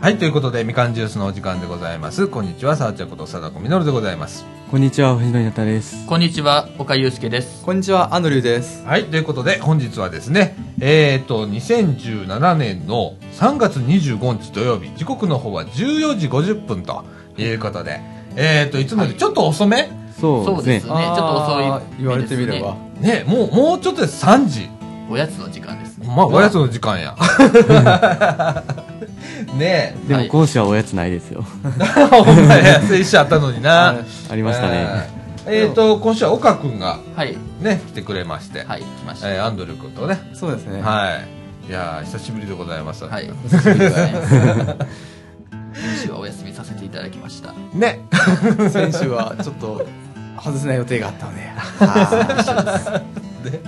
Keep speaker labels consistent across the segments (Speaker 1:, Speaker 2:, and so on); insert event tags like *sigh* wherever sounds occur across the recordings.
Speaker 1: はい、ということで、みかんジュースのお時間でございます。こんにちは、さあちゃんこと貞子みのるでございます。
Speaker 2: こんにちは、藤野稲太です。
Speaker 3: こんにちは、岡祐介です。
Speaker 4: こんにちは、アンドリューです。
Speaker 1: はい、ということで、本日はですね、えっ、ー、と、2017年の3月25日土曜日、時刻の方は14時50分ということで、えっ、ー、と、いつもよりちょっと遅め、
Speaker 2: そうですね。
Speaker 3: そうねちょっと遅い
Speaker 4: あー言われてみれば。
Speaker 1: ね、もう、もうちょっとで3時。
Speaker 3: おやつの時間ですね。
Speaker 1: まあ、おやつの時間
Speaker 2: *laughs*
Speaker 1: や。ね
Speaker 2: で
Speaker 3: は
Speaker 2: も
Speaker 3: い
Speaker 2: 講師はおやつないですよ。 *laughs*
Speaker 1: え、 *laughs* ほんまや、先週あったのにな。
Speaker 2: ありましたね。
Speaker 1: えー。えっ、と、今週は岡くんが
Speaker 3: はい、
Speaker 1: ね、来てくれまして、
Speaker 3: はい、来ました。
Speaker 1: えーアンドリューくんとね、
Speaker 4: そうですね。
Speaker 1: はい。いやー久しぶりでございます。 *laughs*
Speaker 3: はい、お久しぶりでございます。練習はお休みさせていただきました。
Speaker 1: ね。 *laughs*
Speaker 4: *laughs* 先週はちょっと外せない予定があったので。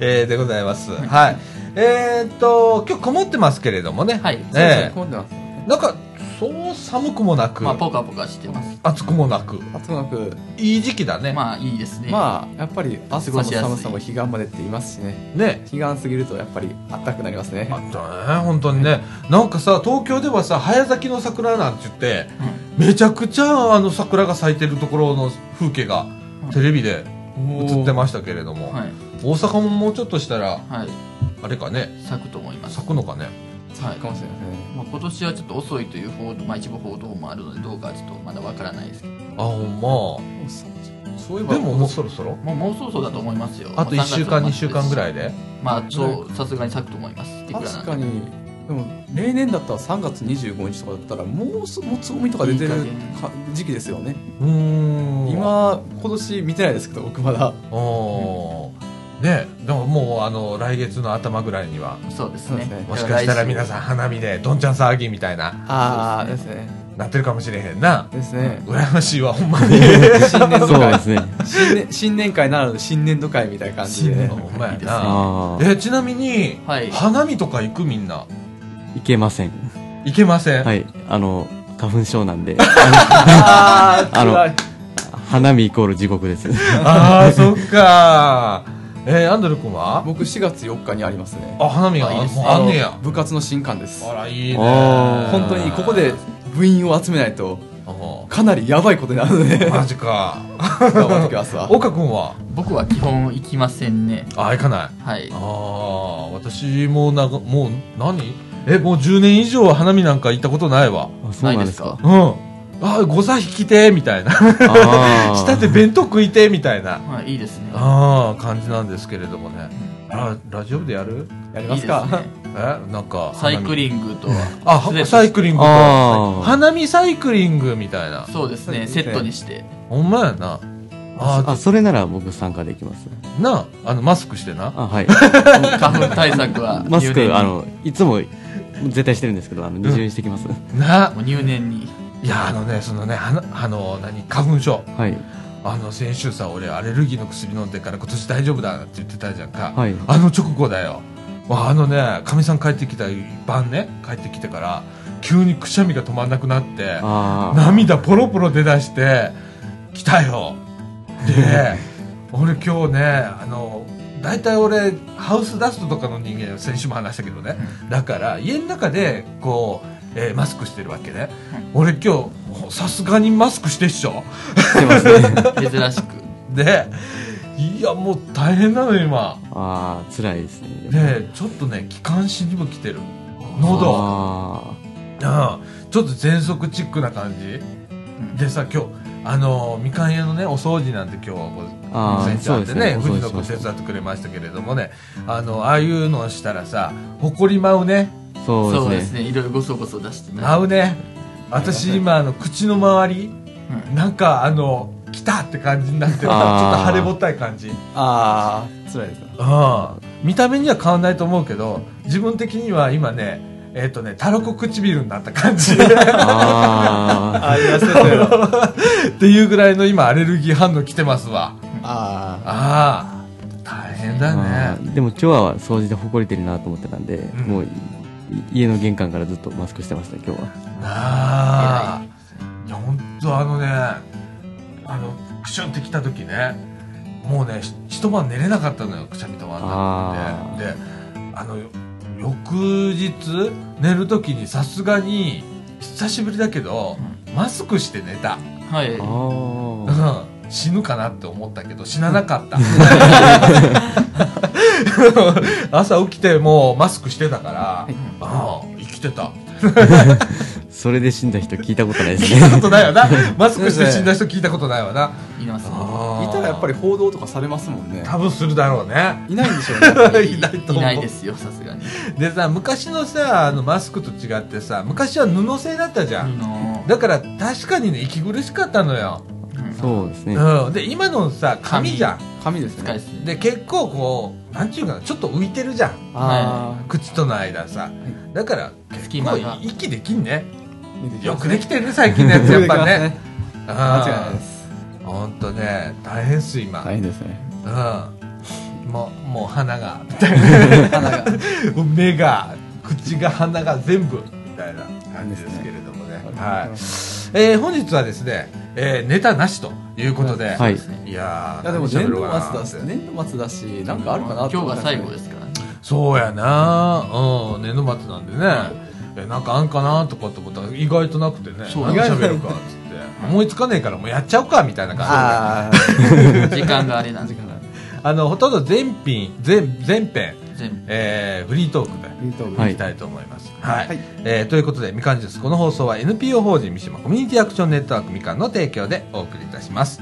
Speaker 1: えーでございます。はい。えーっと、今日曇ってますけれどもね。
Speaker 3: はい
Speaker 4: そうですね
Speaker 1: ね
Speaker 4: 混んでます。
Speaker 1: なんか、そう寒くもなく、
Speaker 3: まあ、ポカポカしてます。
Speaker 1: 暑くもなく、
Speaker 4: あとなく、
Speaker 1: いい時期だね。
Speaker 3: まあ、いいですね。
Speaker 4: まあ、やっぱり朝の
Speaker 3: 過ごしやすい
Speaker 4: 寒さも彼岸までって言いますしね。
Speaker 1: ね。
Speaker 4: 彼岸過ぎるとやっぱり暖かくなりますね
Speaker 1: あ。ったね、本当にね。なんかさ、東京ではさ、早咲きの桜なんて言って、めちゃくちゃあの桜が咲いてるところの風景が
Speaker 3: うん
Speaker 1: テレビで映って
Speaker 4: す。
Speaker 1: ましたけれども、
Speaker 3: はい、
Speaker 1: 大阪ももうちょっとしたら、
Speaker 3: はい、
Speaker 1: あれかね、
Speaker 3: 咲くと思います。
Speaker 1: 咲くのかね。
Speaker 3: はい
Speaker 4: かもしれないですね。
Speaker 3: まあ、今年はちょっと遅いという報道、まあ、一部報道もあるので、どうかはちょっとまだわからないですけど。
Speaker 1: あ、ほんま。
Speaker 4: そういえば、
Speaker 1: でももうそろそろ
Speaker 3: もう、もうそろそろだと思いますよ。
Speaker 1: あと1週間、2週間ぐ
Speaker 3: い。
Speaker 1: らいで。
Speaker 3: まあ、そう、さすがに咲くと思います。いくらなん
Speaker 4: 確
Speaker 3: で
Speaker 4: か
Speaker 3: も
Speaker 4: に、でも例年だったら3月25日とかだったら、もうすもうつぼみとか出てる
Speaker 3: いい加
Speaker 4: か時期ですよね。
Speaker 1: うーん
Speaker 4: 今、今年見てないですけど、僕まだ。
Speaker 1: おーねでももうあの来月の頭ぐらいには
Speaker 3: そうです
Speaker 4: そうで
Speaker 3: ね
Speaker 4: すね。
Speaker 1: もしかしたら皆
Speaker 3: ん。
Speaker 1: さん花見でどんちゃん騒ぎみたいな
Speaker 4: ああ、ですね。
Speaker 1: なってるかもしれへんな
Speaker 4: ですね。
Speaker 1: 羨ましいわほんまに
Speaker 4: 新年度
Speaker 2: そう
Speaker 4: 会
Speaker 2: で。すね。
Speaker 4: 新年新年会ならぬ新年度会みたいな感じで、
Speaker 1: 新年
Speaker 4: ね
Speaker 1: 度、ほんまや
Speaker 3: いいです
Speaker 1: な
Speaker 2: ああ、
Speaker 1: えちなみに、
Speaker 3: はい
Speaker 1: 花見とか行くみんない
Speaker 2: けません。
Speaker 1: 行けません、
Speaker 2: はい。あの、花粉症なんで、
Speaker 4: *laughs* あ
Speaker 2: あの
Speaker 4: 辛い
Speaker 2: 花見イコール地獄
Speaker 4: *laughs*
Speaker 2: です。
Speaker 1: ああそっかえーアンドル君は
Speaker 4: 僕4月4日にありますね
Speaker 1: あ花見が
Speaker 3: あいいですね
Speaker 1: もうあんねや
Speaker 4: の部活の新刊です
Speaker 1: あらいいね
Speaker 2: あー
Speaker 4: 本当にここで部員を集めないと
Speaker 1: あも
Speaker 4: かなりやばいことになるので
Speaker 1: う *laughs*
Speaker 4: 頑
Speaker 1: マジか
Speaker 4: 張ってきますわ
Speaker 1: 岡君は
Speaker 3: 僕は基本行きませんね。
Speaker 1: あ行かない
Speaker 3: はい
Speaker 1: あ。あ私もなもう何えもう10年以上は花見なんか行ったことないわ
Speaker 2: あそうなんですか。
Speaker 1: うんあご座引きてみたいな
Speaker 2: あ
Speaker 1: *laughs*
Speaker 2: あ。
Speaker 1: 下で弁当食いてみたいな
Speaker 3: まあ、いいですね。
Speaker 1: ああ感じなんですけれどもねあラジオ部でやる
Speaker 4: やり
Speaker 3: い
Speaker 4: ま
Speaker 3: い
Speaker 4: す
Speaker 3: です
Speaker 4: か
Speaker 3: ね。
Speaker 1: えなんか
Speaker 3: サイ
Speaker 1: ン
Speaker 3: ク
Speaker 1: グ
Speaker 3: リングと
Speaker 1: あサイクリング
Speaker 2: あ
Speaker 1: と
Speaker 2: ー
Speaker 1: 花見サイクリングみたいな
Speaker 3: そうですね。セットにして。
Speaker 1: ほんまやなあ
Speaker 2: あ、それなら僕参加できます。
Speaker 1: なあのマスクしてな
Speaker 2: あ、はい。
Speaker 3: 花粉対策は
Speaker 2: *laughs* マス
Speaker 3: 入念に
Speaker 2: ク、あの、いつも絶対してるんですけど、あの、二重にしてきます。
Speaker 1: な
Speaker 3: もう入念に。
Speaker 1: いやあのねそのねはなあの何花粉症
Speaker 2: はい。
Speaker 1: あの先週さ俺アレルギーの薬飲んでから今年大丈夫だって言ってたじゃんか、
Speaker 2: はい。
Speaker 1: あの直後だよわあのねかみさん帰ってきた晩ね帰ってきてから急にくしゃみが止まんなくなって
Speaker 2: ああ。
Speaker 1: 涙ポロポロ出だして来たよで俺今日ねあの大体俺ハウスダストとかの人間先週も話したけどねだから家の中でこう、えーマスクしてるわけね俺今日さすがにマスクしてっしょ
Speaker 4: *laughs*
Speaker 2: してますね。
Speaker 3: 珍しく。
Speaker 1: でいやもう大変なの今
Speaker 2: ああ、辛いですね。
Speaker 1: でちょっとね気管支にも来てる喉
Speaker 2: あ
Speaker 1: うんちょっと喘息チックな感じ
Speaker 3: うん
Speaker 1: でさ今日あのーみかん屋のねお掃除なんて今日はこう
Speaker 2: あー
Speaker 1: 先生あってね
Speaker 2: そうですね
Speaker 1: 藤野君手伝ってくれましたけれどもねあのああいうのをしたらさほこり舞うね
Speaker 2: あ。そ
Speaker 3: そうう
Speaker 2: で
Speaker 3: ですす
Speaker 2: ね。
Speaker 3: ね。いろいろごそごそ出してた
Speaker 1: 舞うね私今あの口の周り
Speaker 3: うん
Speaker 1: なんかあの来たって感じになってるちょっと
Speaker 2: あー
Speaker 1: 腫れぼったい感じ
Speaker 4: ああ辛いですね
Speaker 1: うん見た目には変わんないと思うけど自分的には今ねえっ、とねたらこ唇になった感
Speaker 2: *laughs*
Speaker 1: じっ
Speaker 2: あ
Speaker 4: ああ痩せてるあ
Speaker 1: ていうぐらいの今アレルギー反応来てますわ
Speaker 4: あ
Speaker 1: ああ大変
Speaker 2: あ。
Speaker 1: だね
Speaker 2: まあでも今日は掃除で埃てるなと思ってたんで、
Speaker 1: ん
Speaker 2: もうい家の玄関からずっとマスクしてました今日は
Speaker 1: なあいや本当あのねあのクシュンってきた時ねもうねひ一晩寝れなかったのよくしゃみ止まんなくてであの翌日寝る時にさすがに久しぶりだけど、マスクして寝た、
Speaker 3: はい
Speaker 2: あ
Speaker 1: う
Speaker 2: ー
Speaker 1: ん、死ぬかなって思ったけど死ななかった *laughs* 朝起きてもうマスクしてたから、うん生きてた
Speaker 2: それで死んだ人聞いたことないです
Speaker 1: 聞いた *laughs* こ
Speaker 2: ね
Speaker 1: とないわなマスクして死んだ人聞いたことないわない
Speaker 3: ますね
Speaker 1: あー
Speaker 4: たらやっぱり報道とかされますもんね
Speaker 1: 多分するだろうね
Speaker 4: いないんでしょうね
Speaker 1: *laughs* いないと
Speaker 3: い
Speaker 1: 思う
Speaker 3: ないですよさすがに
Speaker 1: でさ昔のさあのマスクと違ってさ昔は布製だったじゃ
Speaker 3: あ
Speaker 1: ん、
Speaker 3: の
Speaker 1: だから確かにね息苦しかったのよ、
Speaker 2: そうですね
Speaker 1: うん、で今のさ紙じゃ
Speaker 4: 紙です
Speaker 3: 深い
Speaker 4: ね
Speaker 3: です
Speaker 1: ん
Speaker 3: ね
Speaker 1: で結構こうなんていうかなちょっと浮いてるじゃん
Speaker 4: あ
Speaker 1: 口との間さだから
Speaker 3: 隙
Speaker 1: 結
Speaker 3: 間
Speaker 1: 構
Speaker 3: が
Speaker 1: 息できんね
Speaker 4: あ
Speaker 1: よくできてるね最近のやつやっぱね
Speaker 4: *laughs* 間違いないですす
Speaker 1: ほんとね大変っす今、
Speaker 4: 変ですね
Speaker 1: うんもうもう鼻がみたいな
Speaker 4: 花が
Speaker 1: 目が口が鼻が全部みたいな感じですけれどもねはいえー本日はですね、えーネタなしということで、
Speaker 2: はい
Speaker 3: そうですね
Speaker 1: いやー
Speaker 4: いやでも
Speaker 1: 何喋
Speaker 4: 年
Speaker 1: ろう
Speaker 4: 度
Speaker 1: かな
Speaker 4: 末だし年度末だしなんかあるかな
Speaker 3: 今
Speaker 4: と
Speaker 3: 日
Speaker 4: 思っ
Speaker 3: が
Speaker 4: たん
Speaker 3: 最後ですからね
Speaker 1: そうやなうん年度末なんでねえなんかあんかなとかと思ったら意外となくてね
Speaker 3: そう
Speaker 1: 何喋るかっつって思いつかねえからもうやっちゃおうかみたいな感
Speaker 4: あ
Speaker 3: 時間があれなんで
Speaker 1: じであのほとんど全品全全編、
Speaker 3: 全部
Speaker 1: えーフリートークで
Speaker 4: あいいと思う
Speaker 2: はい
Speaker 1: いきたいと思います。はい、
Speaker 4: はい
Speaker 1: えーということでみかんジュースこの放送は NPO 法人三島コミュニティアクションネットワークみかんの提供でお送りいたします。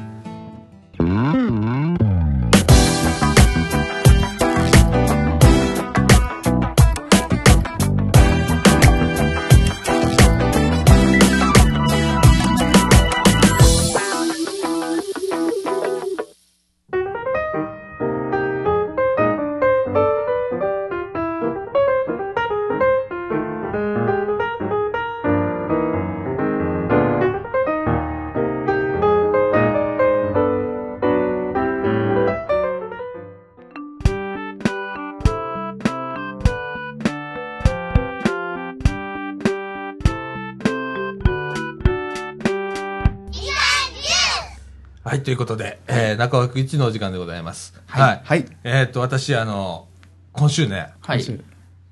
Speaker 1: はいということで、えー中枠一のお時間でございます。はい。
Speaker 4: はい
Speaker 1: えっ、と私あの今週ね
Speaker 3: はい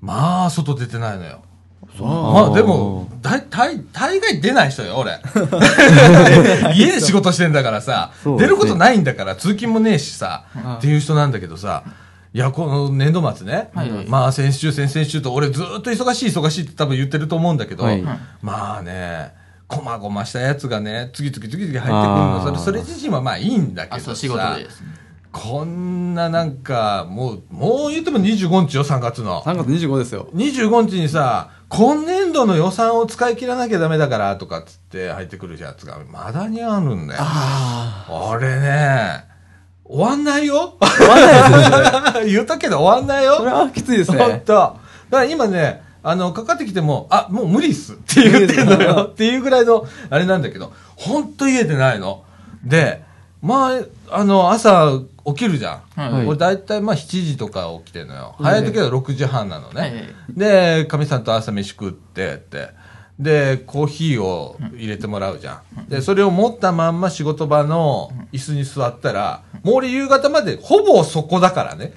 Speaker 1: まあ外出てないのよ。
Speaker 4: そう
Speaker 1: まあでもだ大大概出ない人よ俺家で仕事してんだからさ、
Speaker 2: そうで
Speaker 1: 出
Speaker 2: すね
Speaker 1: ることないんだから通勤もねえしさ、っていう人なんだけどさいやこの年度末ね、
Speaker 3: はいはい
Speaker 1: まあ先週先々週と俺ずっと忙しい忙しいって多分言ってると思うんだけど、
Speaker 2: はい
Speaker 1: まあねこまごましたやつがね次々次々入ってくるのそれ
Speaker 2: あー
Speaker 1: それ自身はまあいいんだけ
Speaker 3: あ
Speaker 1: ど
Speaker 3: そ
Speaker 1: さ
Speaker 3: う仕事でですね
Speaker 1: こんななんかもうもう言っても25日よ3月の。
Speaker 4: 3月25ですよ
Speaker 1: 25日にさ、今年度の予算を使い切らなきゃダメだからとかっつって入ってくるやつがまだにあるんだよ。あれね、終わんないよ *laughs* 言ったけど終わんないよ
Speaker 4: それはきつい
Speaker 1: *laughs*
Speaker 4: です
Speaker 1: 本
Speaker 4: ね
Speaker 1: 当。だから今ね、あの、かかってきても、あ、もう無理っすって言ってんのよっていうぐらいの、あれなんだけど、ほんと言えてないの。で、まあ、あの、朝起きるじゃん。
Speaker 3: はい
Speaker 1: 俺大体まあ7時とか起きてんのよ。
Speaker 4: うん
Speaker 1: 早い時は6時半なのね。
Speaker 3: はいはい
Speaker 1: で、かみさんと朝飯食ってって。で、コーヒーを入れてもらうじゃん。で、それを持ったまんま仕事場の椅子に座ったら、もう俺夕方までほぼそこだからね。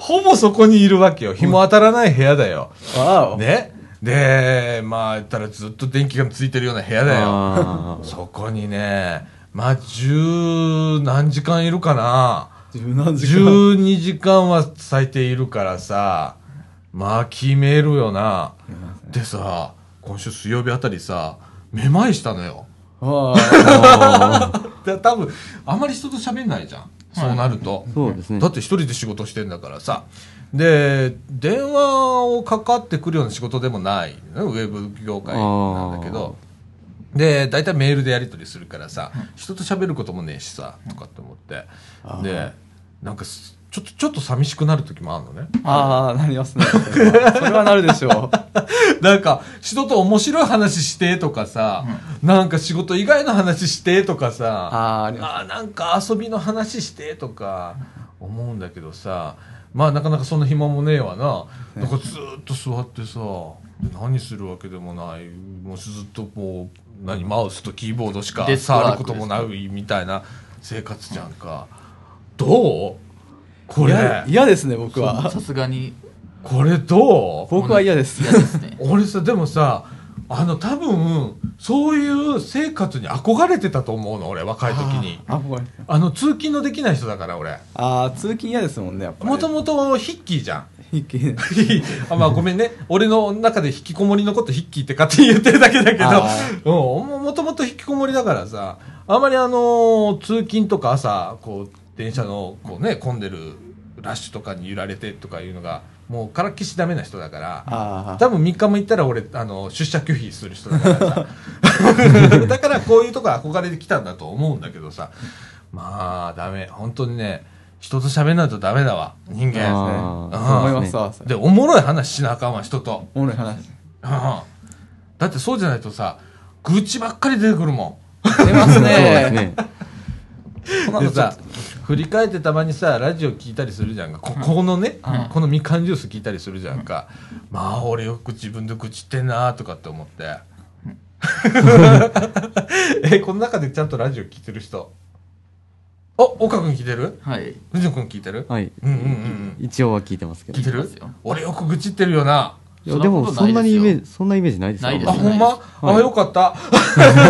Speaker 1: ほぼそこにいるわけよ。日も当たらない部屋だよ。
Speaker 4: わお
Speaker 1: ね。で、まあ、言ったらずっと電気がついてるような部屋だよ。
Speaker 2: あー
Speaker 1: そこにね、まあ、十何時間いるかな。
Speaker 4: 十何時間
Speaker 1: 12時間は最低いるからさ、まあ、決めるよな。でさ、今週水曜日あたりさ、めまいしたのよ。
Speaker 4: あ
Speaker 1: で多分、あんまり人と喋んないじゃん。そうなると。
Speaker 2: そうですね
Speaker 1: だって一人で仕事してんだからさ。で、電話をかかってくるような仕事でもない、ね、ウェブ業界なんだけど、で、大体メールでやり取りするからさ、人と喋ることもねえしさ、とかって思って。で、なんかす、ちょっと、ちょっと寂しくなる時もあるのね。 *laughs*
Speaker 4: あああなりますねそれはそれはなるでしょう
Speaker 1: なんか、人と面白い話してとかさ、なんか仕事以外の話してとかさ、
Speaker 4: あーありま
Speaker 1: あーなんか遊びの話してとか思うんだけどさまあなかなかそんな暇もねえわなだからずーっと座ってさで何するわけでもないもうずっともう何マウスとキーボードしか
Speaker 3: デスクワ
Speaker 1: 触
Speaker 3: ー
Speaker 1: る
Speaker 3: ク
Speaker 1: こともないみたいな生活じゃんかどうこ
Speaker 4: 嫌
Speaker 1: れ
Speaker 4: 嫌ですね僕は
Speaker 3: さすがに
Speaker 1: これどう
Speaker 2: 僕は嫌です。
Speaker 3: 嫌ですね
Speaker 1: 俺さでもさあの多分そういう生活に憧れてたと思うの俺若い時に
Speaker 4: あー。あ、ごめん
Speaker 1: あの通勤のできない人だから俺
Speaker 4: あー、通勤嫌ですもんね、やっぱり。
Speaker 1: もともとヒッキーじゃん *laughs*
Speaker 4: いけない
Speaker 1: あまあごめんね俺の中で引きこもりのことヒッキーって勝手に言ってるだけだけど
Speaker 4: あ
Speaker 1: うん、ももともと引きこもりだからさあまりあのー通勤とか朝こう電車のこうね混んでるラッシュとかに揺られてとかいうのがもうからっきしダメな人だから
Speaker 4: あー
Speaker 1: 多分3日も行ったら俺あの出社拒否する人だから
Speaker 2: *laughs*
Speaker 1: さだからこういうとこ憧れてきたんだと思うんだけどさまあダメ本当にね人と喋らないとダメだわ人間
Speaker 2: あー
Speaker 4: そう思います
Speaker 2: そう
Speaker 4: わ。
Speaker 1: でおもろい話しなあかんわ人と、
Speaker 4: おもろい話。
Speaker 1: うんだってそうじゃないとさ愚痴ばっかり出てくるも
Speaker 4: 出ます
Speaker 2: そうです
Speaker 4: ね。
Speaker 2: ね。
Speaker 1: んでさ振り返ってたまにさラジオ聞いたりするじゃんかここのね、
Speaker 3: うん
Speaker 1: このみかんジュース聞いたりするじゃんか、まあ俺よく自分で愚痴ってんなとかって思って、 *laughs* えこの中でちゃんとラジオ聞いてる人あ岡君聞いてる
Speaker 3: はい
Speaker 1: 藤野君聞いてる
Speaker 2: はい。
Speaker 1: うんうんうん
Speaker 2: 一応は聞いてますけど
Speaker 1: 聞い。て
Speaker 3: 聞いてま
Speaker 1: る
Speaker 3: すよ
Speaker 1: 俺よく愚痴ってるよない
Speaker 2: や、でも、そんなにイメージ、そんなイメージないですよ
Speaker 3: ないです
Speaker 1: あ、ほんま、
Speaker 2: はい
Speaker 1: あ、よかった。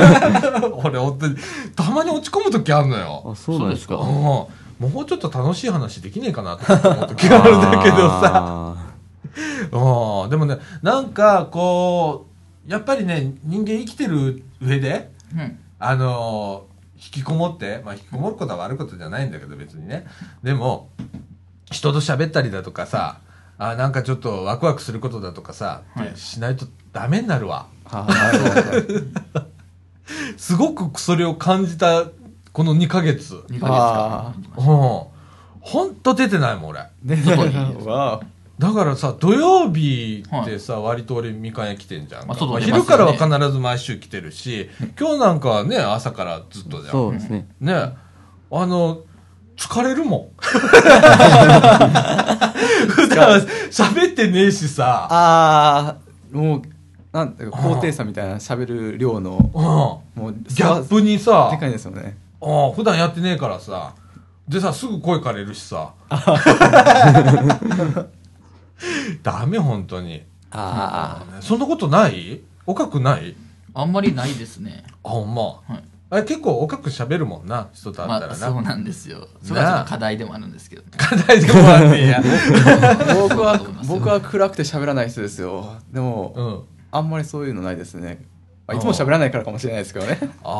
Speaker 1: *laughs* 俺、本当に、たまに落ち込む時あるのよ。
Speaker 2: あ、そうなんですか。
Speaker 1: うん。もうちょっと楽しい話できねえかなって思う時があるんだけどさ。
Speaker 2: あ
Speaker 1: うん。でもね、なんか、こう、やっぱりね、人間生きてる上で、
Speaker 3: うん
Speaker 1: あのー引きこもって、まあ、引きこもることは悪いことじゃないんだけど、別にね。でも、人と喋ったりだとかさ、あなんかちょっとワクワクすることだとかさ、
Speaker 3: はい
Speaker 1: しないとダメになるわ。
Speaker 4: あーなるほど
Speaker 1: すごくそれを感じた、この2ヶ月。うん。
Speaker 3: 2
Speaker 4: あ
Speaker 3: ヶ月
Speaker 1: ほんと出てないもん、俺。
Speaker 4: で
Speaker 3: 外にいいです
Speaker 4: わ
Speaker 1: だからさ、土曜日ってさ、割と俺、みかん屋来てんじゃんか。
Speaker 3: あ外出ますよね
Speaker 1: 昼からは必ず毎週来てるし、今日なんかはね、朝からずっとじ
Speaker 2: あ。
Speaker 1: ゃん。
Speaker 2: そうですね。
Speaker 1: ねあの、疲れるもん。普段喋ってねえしさ。
Speaker 4: ああもうなんていうか高低差みたいな喋る量の
Speaker 1: うん。
Speaker 4: もう
Speaker 1: ギャップに
Speaker 4: 差
Speaker 1: さ
Speaker 4: はで、かいですよね
Speaker 1: うん普段やってねえからさ。でさ、すぐ声かれるしさ。ダメ、本当に。
Speaker 4: あ
Speaker 1: そんなことない岡くない
Speaker 3: *laughs* あんまりないですね
Speaker 1: あ、ほんま。
Speaker 3: はい
Speaker 1: あれ結構岡く喋るもんな、人と会った
Speaker 3: まあ
Speaker 1: ら
Speaker 3: そ
Speaker 1: な。
Speaker 3: うなんですよそれはちょっと課題でもあるんですけどね
Speaker 1: 課題でもあってや。
Speaker 4: 僕は
Speaker 3: そうなんですよ
Speaker 4: 僕は暗くて喋らない人ですよでも、
Speaker 1: うん。
Speaker 4: あんまりそういうのないですねまあいつも喋らないからかもしれないですけ *laughs* どね
Speaker 1: ああ。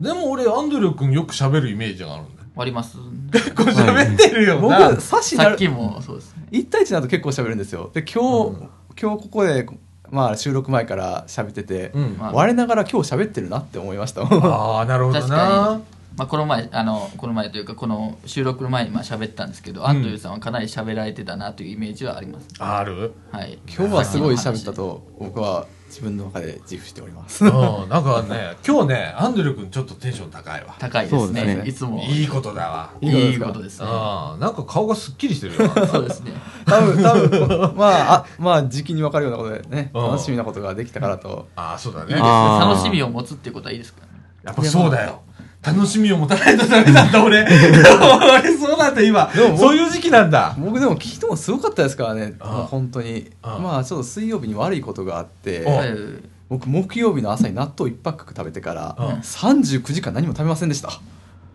Speaker 1: でも俺、アンドリュー君よく喋るイメージがあるんだよ。
Speaker 3: あります
Speaker 1: 結構喋ってるよ
Speaker 4: 僕
Speaker 1: な。
Speaker 4: サシな
Speaker 3: さっ
Speaker 4: る
Speaker 3: きもそうですね
Speaker 4: 1対1だと結構喋るんですよで今日、今日ここでまあ収録前から喋ってて、
Speaker 1: うん。
Speaker 3: まあ
Speaker 4: 我ながら今日喋ってるなって思いました
Speaker 1: ああ、なるほど
Speaker 3: 確か
Speaker 1: な
Speaker 3: に。、まあ、この前あのこの前というかこの収録の前にまあ喋ったんですけど、
Speaker 1: ん
Speaker 3: アンドリューさんはかなり喋られてたなというイメージはあります、
Speaker 1: あ *laughs* る
Speaker 3: はい、
Speaker 4: *laughs* 今日はすごい喋ったと僕は自分の中で自負しております
Speaker 1: うん。なんかね、今日ね、アンドリュー君ちょっとテンション高いわ。
Speaker 3: 高いです
Speaker 2: そう
Speaker 3: ね
Speaker 2: ですね
Speaker 3: いつも
Speaker 1: いいことだわ。
Speaker 4: いいことですか
Speaker 3: いいことですね
Speaker 1: うん。なんか顔がすっきりしてるよ。
Speaker 3: そうですね
Speaker 4: 多分多分 *laughs* まああまあ時期に分かるようなことでね
Speaker 1: うん
Speaker 4: 楽しみなことができたからと
Speaker 1: *laughs* ああ、そうだ
Speaker 3: いい
Speaker 1: ね
Speaker 3: ですね。
Speaker 2: あー
Speaker 3: 楽しみを持つっていうことはいいですからね
Speaker 1: やっぱそうだよ。楽しみを持たないとダメなんだ、 *laughs* 俺。俺、そうなんだ、今。そういう時期なんだ。
Speaker 4: 僕でも聞いてもすごかったですからね
Speaker 1: あ
Speaker 4: もう本当に
Speaker 1: あ
Speaker 4: まあちょっと水曜日に悪いことがあっ
Speaker 1: あ
Speaker 4: て
Speaker 3: はい
Speaker 4: 僕木曜日の朝に納豆1パック食べてから
Speaker 1: あ
Speaker 4: 39時間何も食べませんでした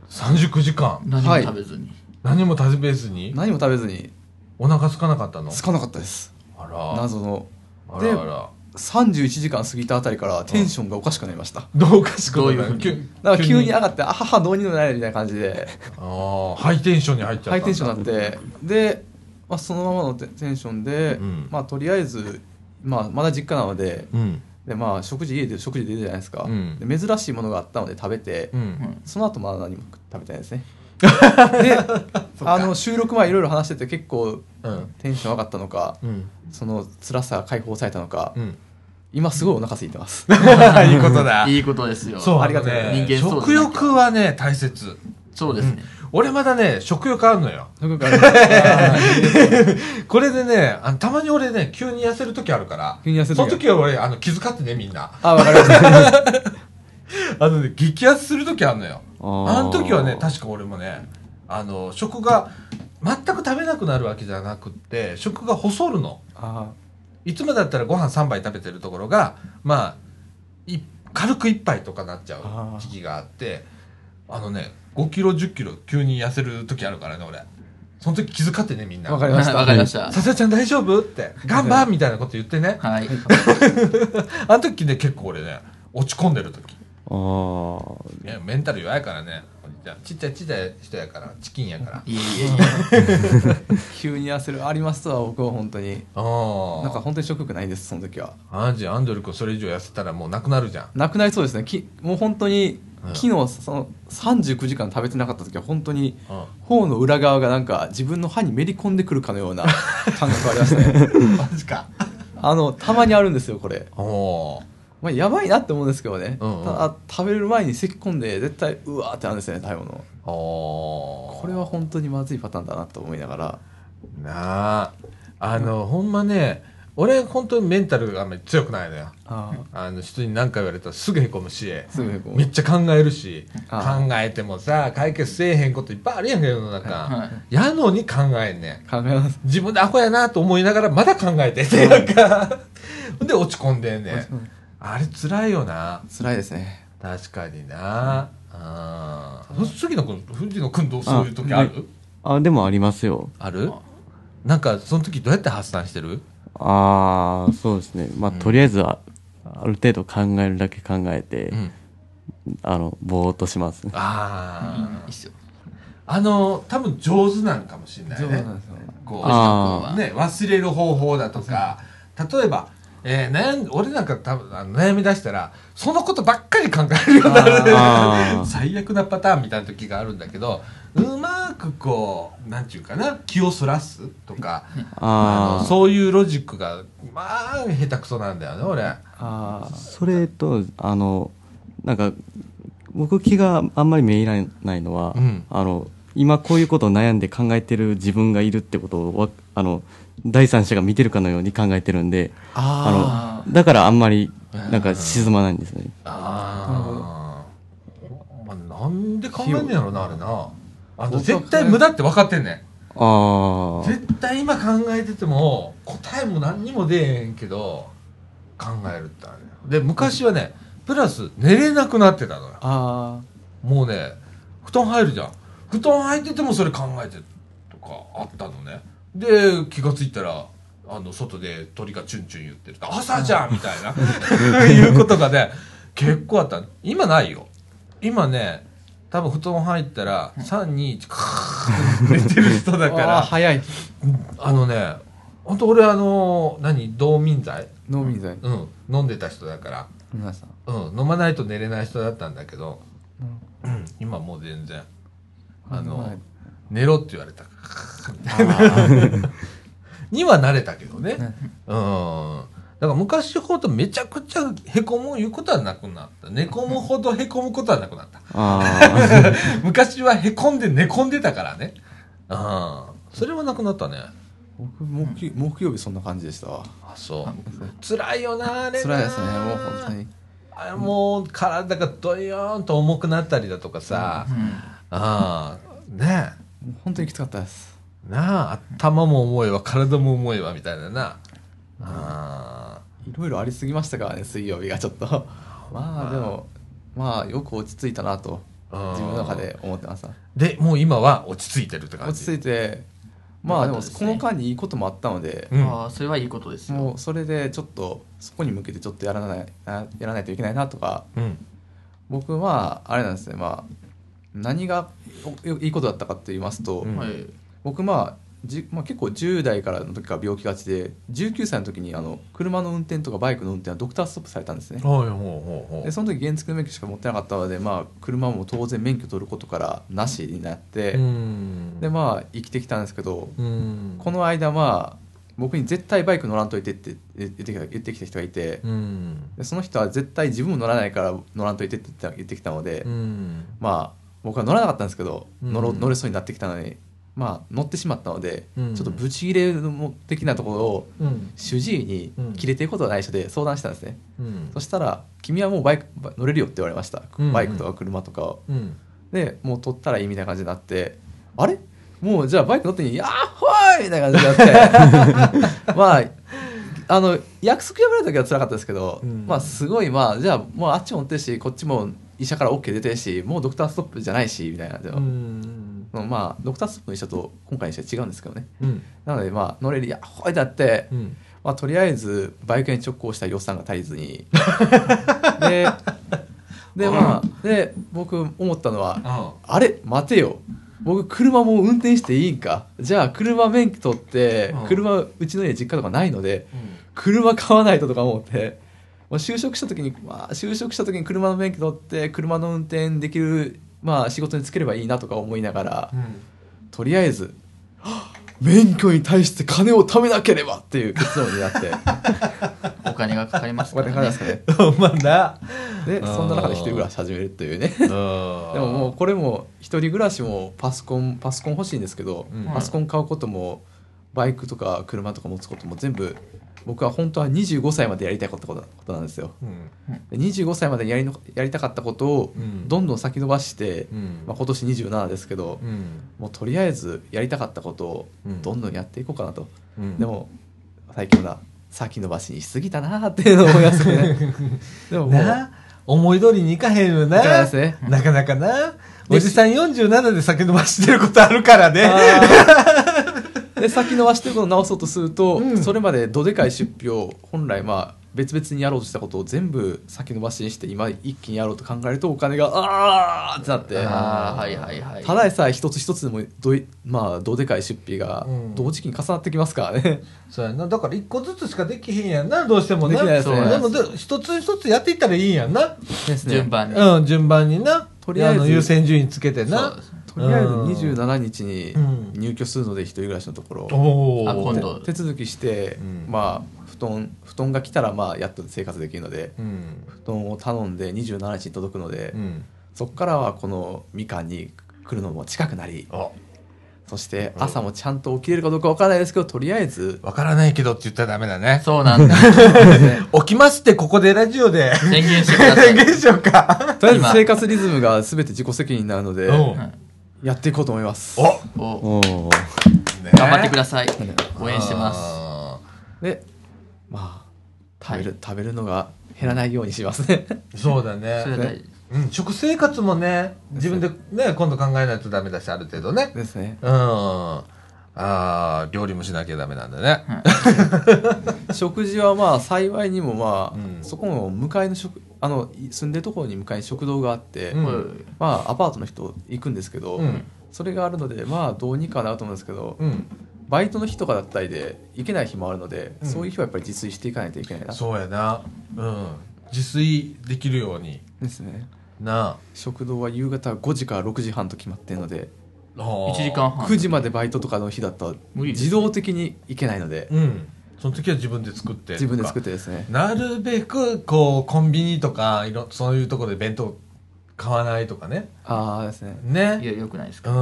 Speaker 1: 39時間。
Speaker 3: 何も食べずに、
Speaker 1: 何も食べずに
Speaker 4: 何も食べずに
Speaker 1: お腹空かなかったの
Speaker 4: つかなかったです
Speaker 1: あら。
Speaker 4: 謎の
Speaker 1: あらあら。
Speaker 4: 31時間過ぎたあたりからテンションがおかしくなりました
Speaker 1: どうおかしくな
Speaker 3: どういうふう
Speaker 1: る
Speaker 3: に
Speaker 1: 急
Speaker 4: だから急に上がってあははどうにでもなれみたいな感じで
Speaker 1: ああ、ハイテンションに入っちゃったんだ。
Speaker 4: ハイテンションになってで、まあ、そのままのテテンションで、
Speaker 1: うん
Speaker 4: まあ、とりあえず、まあ、まだ実家なので
Speaker 1: うん。
Speaker 4: で、まあ、食事家で食事出るじゃないですか、
Speaker 1: うん
Speaker 4: で珍しいものがあったので食べて、
Speaker 1: うん。
Speaker 4: その後まだ何も食べてない
Speaker 1: *laughs*
Speaker 4: ですねであの収録前いろいろ話してて結構
Speaker 1: うん。
Speaker 4: テンション上がったのか
Speaker 1: うん。
Speaker 4: その辛さが解放されたのか、 *laughs*
Speaker 1: うん。
Speaker 4: 今すごいお腹空いてます
Speaker 1: *laughs* いいことだ。
Speaker 3: いいことですよ
Speaker 1: そう、
Speaker 4: ありがとう
Speaker 1: ね
Speaker 3: 人間そう
Speaker 1: 食
Speaker 3: だな
Speaker 1: 欲はね、大切。
Speaker 3: そうですね、
Speaker 1: 俺まだね、食欲あるのよ。
Speaker 4: すごくありがとうございます
Speaker 1: これでね、あのたまに俺ね、急に痩せる時あるから。
Speaker 4: 急に痩せる時
Speaker 1: そ
Speaker 4: あ
Speaker 1: の
Speaker 4: る
Speaker 1: 時は俺、あの、気遣ってね、みんな。
Speaker 4: *laughs* あわかりました *laughs*
Speaker 1: あのね、激痩せする時あるのよ。
Speaker 2: あー
Speaker 1: あの時はね、確か俺もね、あの、食が全く食食べなくなるわけじゃなくって食が細るの
Speaker 4: あ
Speaker 1: いつもだったらご飯3杯食べてるところがまあい軽く1杯とかなっちゃ
Speaker 4: あ
Speaker 1: う
Speaker 4: ー
Speaker 1: 時期があってあのね5キロ1 0キロ急に痩せる時あるからね俺その時気遣ってねみんな
Speaker 4: わかりました
Speaker 3: わかりました。
Speaker 1: ささちゃん大丈夫?」って「頑張!」みたいなこと言ってね
Speaker 3: はい。
Speaker 1: あの時ね結構俺ね落ち込んでる時、
Speaker 2: あー
Speaker 1: ね、メンタル弱いからねおじちゃんちっちゃいちっちゃい人やからチキンやから
Speaker 3: いえいえい
Speaker 4: 急に痩せるありますとは僕は本当に
Speaker 1: あ
Speaker 4: なんか
Speaker 1: あ
Speaker 4: 本当に食欲ないですその時は
Speaker 1: アンジーアンドル君それ以上痩せたらもうなくなるじゃん
Speaker 4: なくなりそうですねきもう本当に
Speaker 1: うん
Speaker 4: 昨日その39時間食べてなかった時は本当に
Speaker 1: うん
Speaker 4: 頬の裏側がなんか自分の歯にめり込んでくるか
Speaker 1: *laughs*
Speaker 4: のような感覚ありましたね
Speaker 1: マジか
Speaker 4: あのたまにあるんですよこれ、
Speaker 1: おお
Speaker 4: まあ、やばいなって思うんですけどね、
Speaker 1: うんうん
Speaker 4: ただ食べる前に咳き込んで絶対うわーってなるんですよね食べ物
Speaker 1: おお
Speaker 4: これは本当にまずいパターンだなと思いながら
Speaker 1: なああの、ほんまね俺本当にメンタルがあんまり強くないのよ
Speaker 4: あ
Speaker 1: あの人に何か言われたらすぐへこむし
Speaker 4: ーすぐへこ
Speaker 1: めっちゃ考えるし
Speaker 4: あ
Speaker 1: 考えてもさ解決せえへんこといっぱいあるやんけ世の中、
Speaker 3: は
Speaker 1: やのに考えんねん
Speaker 4: 考えます
Speaker 1: 自分でアホやなと思いながらまだ考えててなんかほん *laughs* で落ち込んでんねんあれ辛いよな
Speaker 4: 辛いですね
Speaker 1: 確かになあー杉野君藤野君どうそういう時ある
Speaker 2: あ、でもありますよ。
Speaker 1: あるなんかその時どうやって発散してる
Speaker 2: ああ、そうですね。まあ、とりあえずは、ある程度考えるだけ考えて、
Speaker 1: うん
Speaker 2: あの、ぼーっとします。
Speaker 3: い。
Speaker 1: あ
Speaker 3: いいっすよ。
Speaker 1: ああの多分上手なんかもしれないね
Speaker 4: ですよ
Speaker 1: こう
Speaker 2: あ
Speaker 1: ね、忘れる方法だとか例えば、えー悩ん俺なんか多分あの悩み出したらそのことばっかり考えるようにな
Speaker 2: あ
Speaker 1: る *laughs*
Speaker 2: ー
Speaker 1: 最悪なパターンみたいな時があるんだけどうまくこうなんていうかな気をそらすとかあ
Speaker 2: あ
Speaker 1: の
Speaker 2: あ、
Speaker 1: そういうロジックがまあ下手くそなんだよね俺。
Speaker 4: あー
Speaker 2: それと、あの、なんか、僕気があんまりめいらないのは、
Speaker 1: うん
Speaker 2: あの、今こういうことを悩んで考えてる自分がいるってことをわ、あの、第三者が見てるかのように考えてるんで、あの、だからあんまり、なんか沈まないんですね。
Speaker 1: ああなんで考えんねやろなあれなあの絶対無駄って分かってんねん
Speaker 2: ああ。
Speaker 1: 絶対今考えてても答えも何にも出えへんけど考えるってあれで昔はねプラス寝れなくなってたのよ
Speaker 4: あ
Speaker 1: もうね布団入るじゃん布団入っててもそれ考えてとかあったのねで気がついたらあの外で鳥がチュンチュン言ってる朝じゃんみたいないうことがね結構あった今ないよ今ね多分布団入ったら321カーッて寝てる人だ
Speaker 4: だ
Speaker 1: か
Speaker 4: *laughs* から
Speaker 1: ら
Speaker 4: 早い
Speaker 1: あのね、本当俺あの何道民剤、
Speaker 4: 飲み剤
Speaker 1: うん、飲んでた人だから、
Speaker 4: 飲みました
Speaker 1: うん、飲まないと寝れない人だったんだけど、うん、今もう全然あの寝ろって言われたからには慣れたけどね、
Speaker 4: ね
Speaker 1: うん、だから昔ほどめちゃくちゃへこむいうことはなくなった寝込むほどへこむことはなくなった
Speaker 2: あ
Speaker 1: 昔はへこんで寝込んでたからね、うん、それはなくなったね
Speaker 4: 僕木木曜日そんな感じでしたわ
Speaker 1: あそう辛いよなあれな
Speaker 4: 辛いですねもう本当に
Speaker 1: あれもう体がドヨーンと重くなったりだとかさ、ああね
Speaker 4: もう本当にきつかったです
Speaker 1: えなあ頭も重いわ体も重いわみたいなな、あ
Speaker 4: いろいろありすぎましたからね水曜日がちょっとまあでもまあよく落ち着いたなと
Speaker 1: うん
Speaker 4: 自分の中で思ってました
Speaker 1: あでもう今は落ち着いてるって感
Speaker 4: 落
Speaker 1: じ
Speaker 4: ち着いてまあでも
Speaker 3: よかったです
Speaker 4: こ
Speaker 3: ね
Speaker 4: の間にいいこともあったので
Speaker 1: うん
Speaker 3: ああ、それはいいことですよ。
Speaker 4: もうそれでちょっとそこに向けてちょっとやらないなやらないといけないなとか
Speaker 1: うん
Speaker 4: 僕はあれなんですねまあ何がおいいことだったかと言いますと、
Speaker 1: うん
Speaker 3: はい。
Speaker 4: 僕まあじ、まあ、結構10代からの時から病気がちで19歳の時にあの車の運転とかバイクの運転はドクターストップされたんです
Speaker 1: は
Speaker 4: ね
Speaker 1: いほうほうほ
Speaker 4: でその時原付の免許しか持ってなかったので、まあ、車も当然免許取ることからなしになって、
Speaker 1: ううん
Speaker 4: でまあ生きてきたんですけど
Speaker 1: うん
Speaker 4: この間まあ僕に絶対バイク乗らんといてって言ってきた言ってきた人がいて
Speaker 1: うん
Speaker 4: でその人は絶対自分も乗らないから乗らんといてって言った言ってきたので、
Speaker 1: うん
Speaker 4: まあ僕は乗らなかったんですけど
Speaker 1: うん
Speaker 4: 乗ろ乗れそうになってきたのに、まあ、乗ってしまったので、
Speaker 1: うん
Speaker 4: ちょっとブチギレの的なところを
Speaker 1: うん
Speaker 4: 主治医に
Speaker 1: うん
Speaker 4: 切れてることは内緒で相談したんですね、
Speaker 1: うん
Speaker 4: そしたら「君はもうバイクば乗れるよ」って言われました
Speaker 1: うん
Speaker 4: バイクとか車とかを。
Speaker 1: うん
Speaker 4: でもう取ったらいいみたいな感じになってあれもうじゃあバイク乗ってに「やっほーい!」みたいな感じでや
Speaker 1: *laughs*
Speaker 4: って *laughs* まああの約束破れた時は辛かったですけど、
Speaker 1: うん
Speaker 4: まあすごいまあじゃあもうあっちも乗ってるしこっちも医者から OK 出てるしもうドクターストップじゃないしみたいな、でも
Speaker 1: うん
Speaker 4: まあドクターストップの医者と今回の医者は違うんですけどね
Speaker 1: うん
Speaker 4: なのでまあ乗れる「やっほーい!」だって、
Speaker 1: うん
Speaker 4: まあ、とりあえずバイクに直行した予算が足り
Speaker 1: *laughs*
Speaker 4: ずにででまあで僕思ったのは
Speaker 1: あ
Speaker 4: あれ待てよ僕車もう運転していいんかじゃあ車免許取って
Speaker 1: うん
Speaker 4: 車うちの家実家とかないので
Speaker 1: うん
Speaker 4: 車買わないととか思ってもう就職した時に、まあ、就職した時に車の免許取って車の運転できる、まあ、仕事に就ければいいなとか思いながら
Speaker 1: うん
Speaker 4: とりあえずはっ免許に対して金を貯めなければっていう結論になって。
Speaker 3: お金がかかります
Speaker 4: こ
Speaker 3: か
Speaker 4: れで
Speaker 3: ら
Speaker 4: 話
Speaker 3: ね
Speaker 4: すかね。
Speaker 1: *laughs* まあな
Speaker 4: で、そんな中で一人暮らし始めるっていうね。
Speaker 1: で
Speaker 4: でももうこれも一人暮らしもパソコンパソコン欲しいんですけど、
Speaker 1: うん
Speaker 4: パソコン買うこともバイクとか車とか持つことも全部僕は本当は25歳までやりたいことことなんですよ。
Speaker 1: うん
Speaker 4: で25歳までやりのやりたかったことを
Speaker 1: うん
Speaker 4: どんどん先延ばして、
Speaker 1: うん
Speaker 4: まあ、今年27ですけど、
Speaker 1: うん
Speaker 4: もうとりあえずやりたかったことをどんどんやっていこうかなと。
Speaker 1: うん
Speaker 4: でも最近は先延ばしにしすぎたなーっていうのを思いますね。でももう
Speaker 1: な思い通りにいかへんよ
Speaker 4: だから
Speaker 1: な
Speaker 4: ですね。
Speaker 1: なかなかなおじさん47で酒飲ましてることあるからね
Speaker 4: で先延ばしてることを直そうとすると、
Speaker 1: うん
Speaker 4: それまでどでかい出費を本来まあ別々にやろうとしたことを全部先延ばしにして今一気にやろうと考えるとお金があーってなって
Speaker 3: ああはいはいはい
Speaker 4: ただでさえ一つ一つでもどい、まあ、どでかい出費が
Speaker 1: うん
Speaker 4: 同時期に重なってきますからね、
Speaker 1: *laughs* そうやなだから一個ずつしかできへんやんなどうしても
Speaker 4: で
Speaker 1: な
Speaker 4: きないです
Speaker 3: ね
Speaker 1: でもで一つ一つやっていったらいいんやんな
Speaker 4: ですね
Speaker 3: 順番に
Speaker 1: うん順番にな
Speaker 4: とりあえず
Speaker 1: の優先順位つけて
Speaker 3: そ
Speaker 1: な
Speaker 3: うです
Speaker 4: とりあえず
Speaker 1: うん
Speaker 4: 27日に
Speaker 1: うん
Speaker 4: 入居するので一人暮らしのところ、
Speaker 1: おー
Speaker 3: あ今度
Speaker 4: 手続きして、
Speaker 1: うん
Speaker 4: まあ布団布団が来たらまあやっと生活できるので
Speaker 1: うん
Speaker 4: 布団を頼んで27日に届くので、
Speaker 1: うん
Speaker 4: そこからはこのみかんに来るのも近くなり
Speaker 1: あ
Speaker 4: そして朝もちゃんと起きれるかどうかわからないですけどとりあえず
Speaker 1: わからないけどって言ったらダメだね
Speaker 3: そうなんだ
Speaker 1: 起きますってここでラジオで
Speaker 3: 宣言してくださ
Speaker 1: *laughs* 宣
Speaker 3: い
Speaker 1: 言しよう
Speaker 4: *laughs*
Speaker 1: か
Speaker 4: とりあえず生活リズムが全て自己責任になるので
Speaker 1: お
Speaker 3: はい
Speaker 4: やっていこうと思います
Speaker 1: お
Speaker 2: *laughs*
Speaker 3: お
Speaker 2: おお。
Speaker 3: 頑張ってく
Speaker 1: さ
Speaker 3: ださい応援してます
Speaker 4: でまあ食べる、食べるのが減らないようにしますね
Speaker 1: すそうだね
Speaker 3: それは大事
Speaker 1: うん、食生活もね自分でね今度考えないとダメだしある程度ね
Speaker 4: *laughs* ですね
Speaker 1: うんああー料理もしなきゃダメなんだね
Speaker 4: 食事はまあ幸いにもまあ、
Speaker 1: うん
Speaker 4: そこも向かいの食あのい住んでるところに向かいに食堂があって、
Speaker 1: うん
Speaker 3: うん
Speaker 4: まあアパートの人行くんですけど、
Speaker 1: うん
Speaker 4: それがあるのでまあどうにかなると思うんですけど、
Speaker 1: うん
Speaker 4: バイトの日とかだったりで行けない日もあるので、
Speaker 1: うん
Speaker 4: そういう日はやっぱり自炊していかないといけないな
Speaker 1: そうやなうん自炊できるように
Speaker 4: ですね
Speaker 1: な
Speaker 4: 食堂は夕方5時から6時半と決まっているので
Speaker 1: あ1
Speaker 3: 1時間半
Speaker 4: 9時までバイトとかの日だと
Speaker 3: 無理です
Speaker 4: 自動的に行けないので
Speaker 1: うんその時は自分で作って
Speaker 4: 自分で作っててですね
Speaker 1: なるべくこうコンビニとかいろそういうところで弁当買わないとかね
Speaker 4: ああですね
Speaker 3: い
Speaker 1: ね
Speaker 3: やよくないです
Speaker 1: う
Speaker 3: か
Speaker 4: や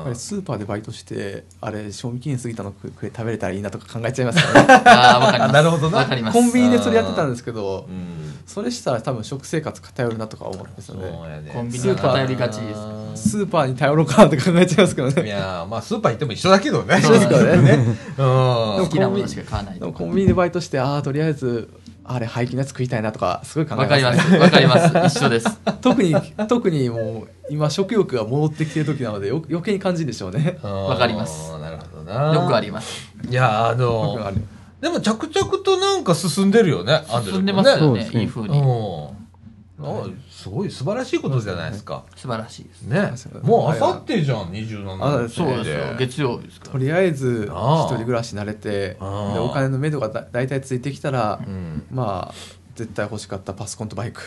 Speaker 4: っぱ
Speaker 1: ん
Speaker 4: りスーパーでバイトしてあれ賞味期限過ぎたの食食え食べれたらいいなとか考えちゃいますからね
Speaker 3: *laughs* ああわかります
Speaker 1: なるほどな
Speaker 3: わかります
Speaker 4: コンビニでそれやってたんですけど
Speaker 1: うん
Speaker 4: それしたら多分食生活偏るなとか思うんです
Speaker 1: そ
Speaker 4: よ
Speaker 1: う
Speaker 4: ね
Speaker 1: やね
Speaker 3: コンビ
Speaker 4: ニは偏
Speaker 3: りがちです
Speaker 4: スーパーに頼ろうかなって考えちゃいますけど
Speaker 1: い
Speaker 4: ね
Speaker 1: やーまあスーパー行っても一緒だけどね
Speaker 3: そうです
Speaker 4: よね
Speaker 1: ね
Speaker 4: で
Speaker 3: 好
Speaker 1: う
Speaker 3: きなものしか買わない
Speaker 4: で
Speaker 3: と
Speaker 4: も
Speaker 3: か
Speaker 4: コンビニでバイトしてああとりあえずあれ廃棄のやつ食いたいなとかすごい考え
Speaker 3: わかり
Speaker 4: ま
Speaker 3: ます
Speaker 4: ね
Speaker 3: すわかります一緒です
Speaker 4: 特に特にもう今食欲が戻ってきてる時なのでよ余計に感じるでしょうね
Speaker 1: ん
Speaker 3: わかります
Speaker 1: うんなるほどな
Speaker 3: よくあ
Speaker 1: り
Speaker 3: ります
Speaker 1: いやあ
Speaker 4: よ
Speaker 1: の
Speaker 4: くある
Speaker 1: でも着々となんか進んでるよねアンドレ
Speaker 3: 進んでますよ
Speaker 2: そうで
Speaker 3: ね
Speaker 2: すね
Speaker 3: いい風
Speaker 1: 君
Speaker 3: に
Speaker 1: ねうんあすごい素晴らしいことじゃないですか
Speaker 3: 素晴らしいです
Speaker 1: ね
Speaker 4: そうですね
Speaker 1: もうあさってじゃん27
Speaker 4: あ
Speaker 1: 日
Speaker 3: そ
Speaker 4: そ
Speaker 3: ううですよ月曜日ですか
Speaker 4: とりあえず
Speaker 1: なあ
Speaker 4: 一人暮らし慣れてで
Speaker 1: ああ
Speaker 4: お金の目処がだ大体ついてきたら
Speaker 1: うん
Speaker 4: まあ絶対欲しかったパソコンとバイク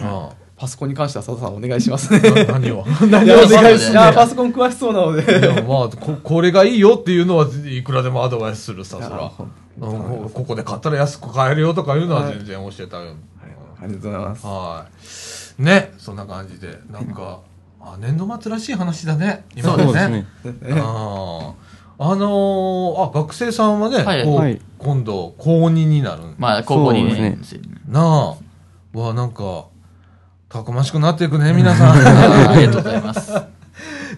Speaker 1: あ
Speaker 3: *laughs*
Speaker 4: パソコンに関しては佐藤さんお願いしますね
Speaker 1: あ何を
Speaker 4: い
Speaker 1: 何
Speaker 4: や
Speaker 1: を
Speaker 3: を
Speaker 1: お
Speaker 3: お
Speaker 1: *laughs*
Speaker 3: 願
Speaker 1: 願い
Speaker 3: い
Speaker 1: す
Speaker 3: す
Speaker 1: る
Speaker 3: る
Speaker 4: いやパソコン詳しそうなので
Speaker 1: でもまあここれがいいよっていうのはいくらでもアドバイスするさそらうんここで買ったら安く買えるよとかいうのは全然教えてあげる
Speaker 4: ありがとうございます
Speaker 1: はい。ね、そんな感じで、なんか、あ、年度末らしい話だね。今
Speaker 2: そうです
Speaker 1: ね。
Speaker 2: ね。
Speaker 1: あーあのーあ、学生さんはね、
Speaker 3: はい
Speaker 1: こう
Speaker 2: はい
Speaker 1: 今度高2になる。
Speaker 3: まあ高校に
Speaker 2: そう
Speaker 3: ね
Speaker 2: で
Speaker 3: *laughs*
Speaker 1: なあ、わあ、なんか。たくましくなっていくね、皆さ
Speaker 2: *laughs*
Speaker 3: あーありが
Speaker 1: ん。 *laughs*
Speaker 3: とうございます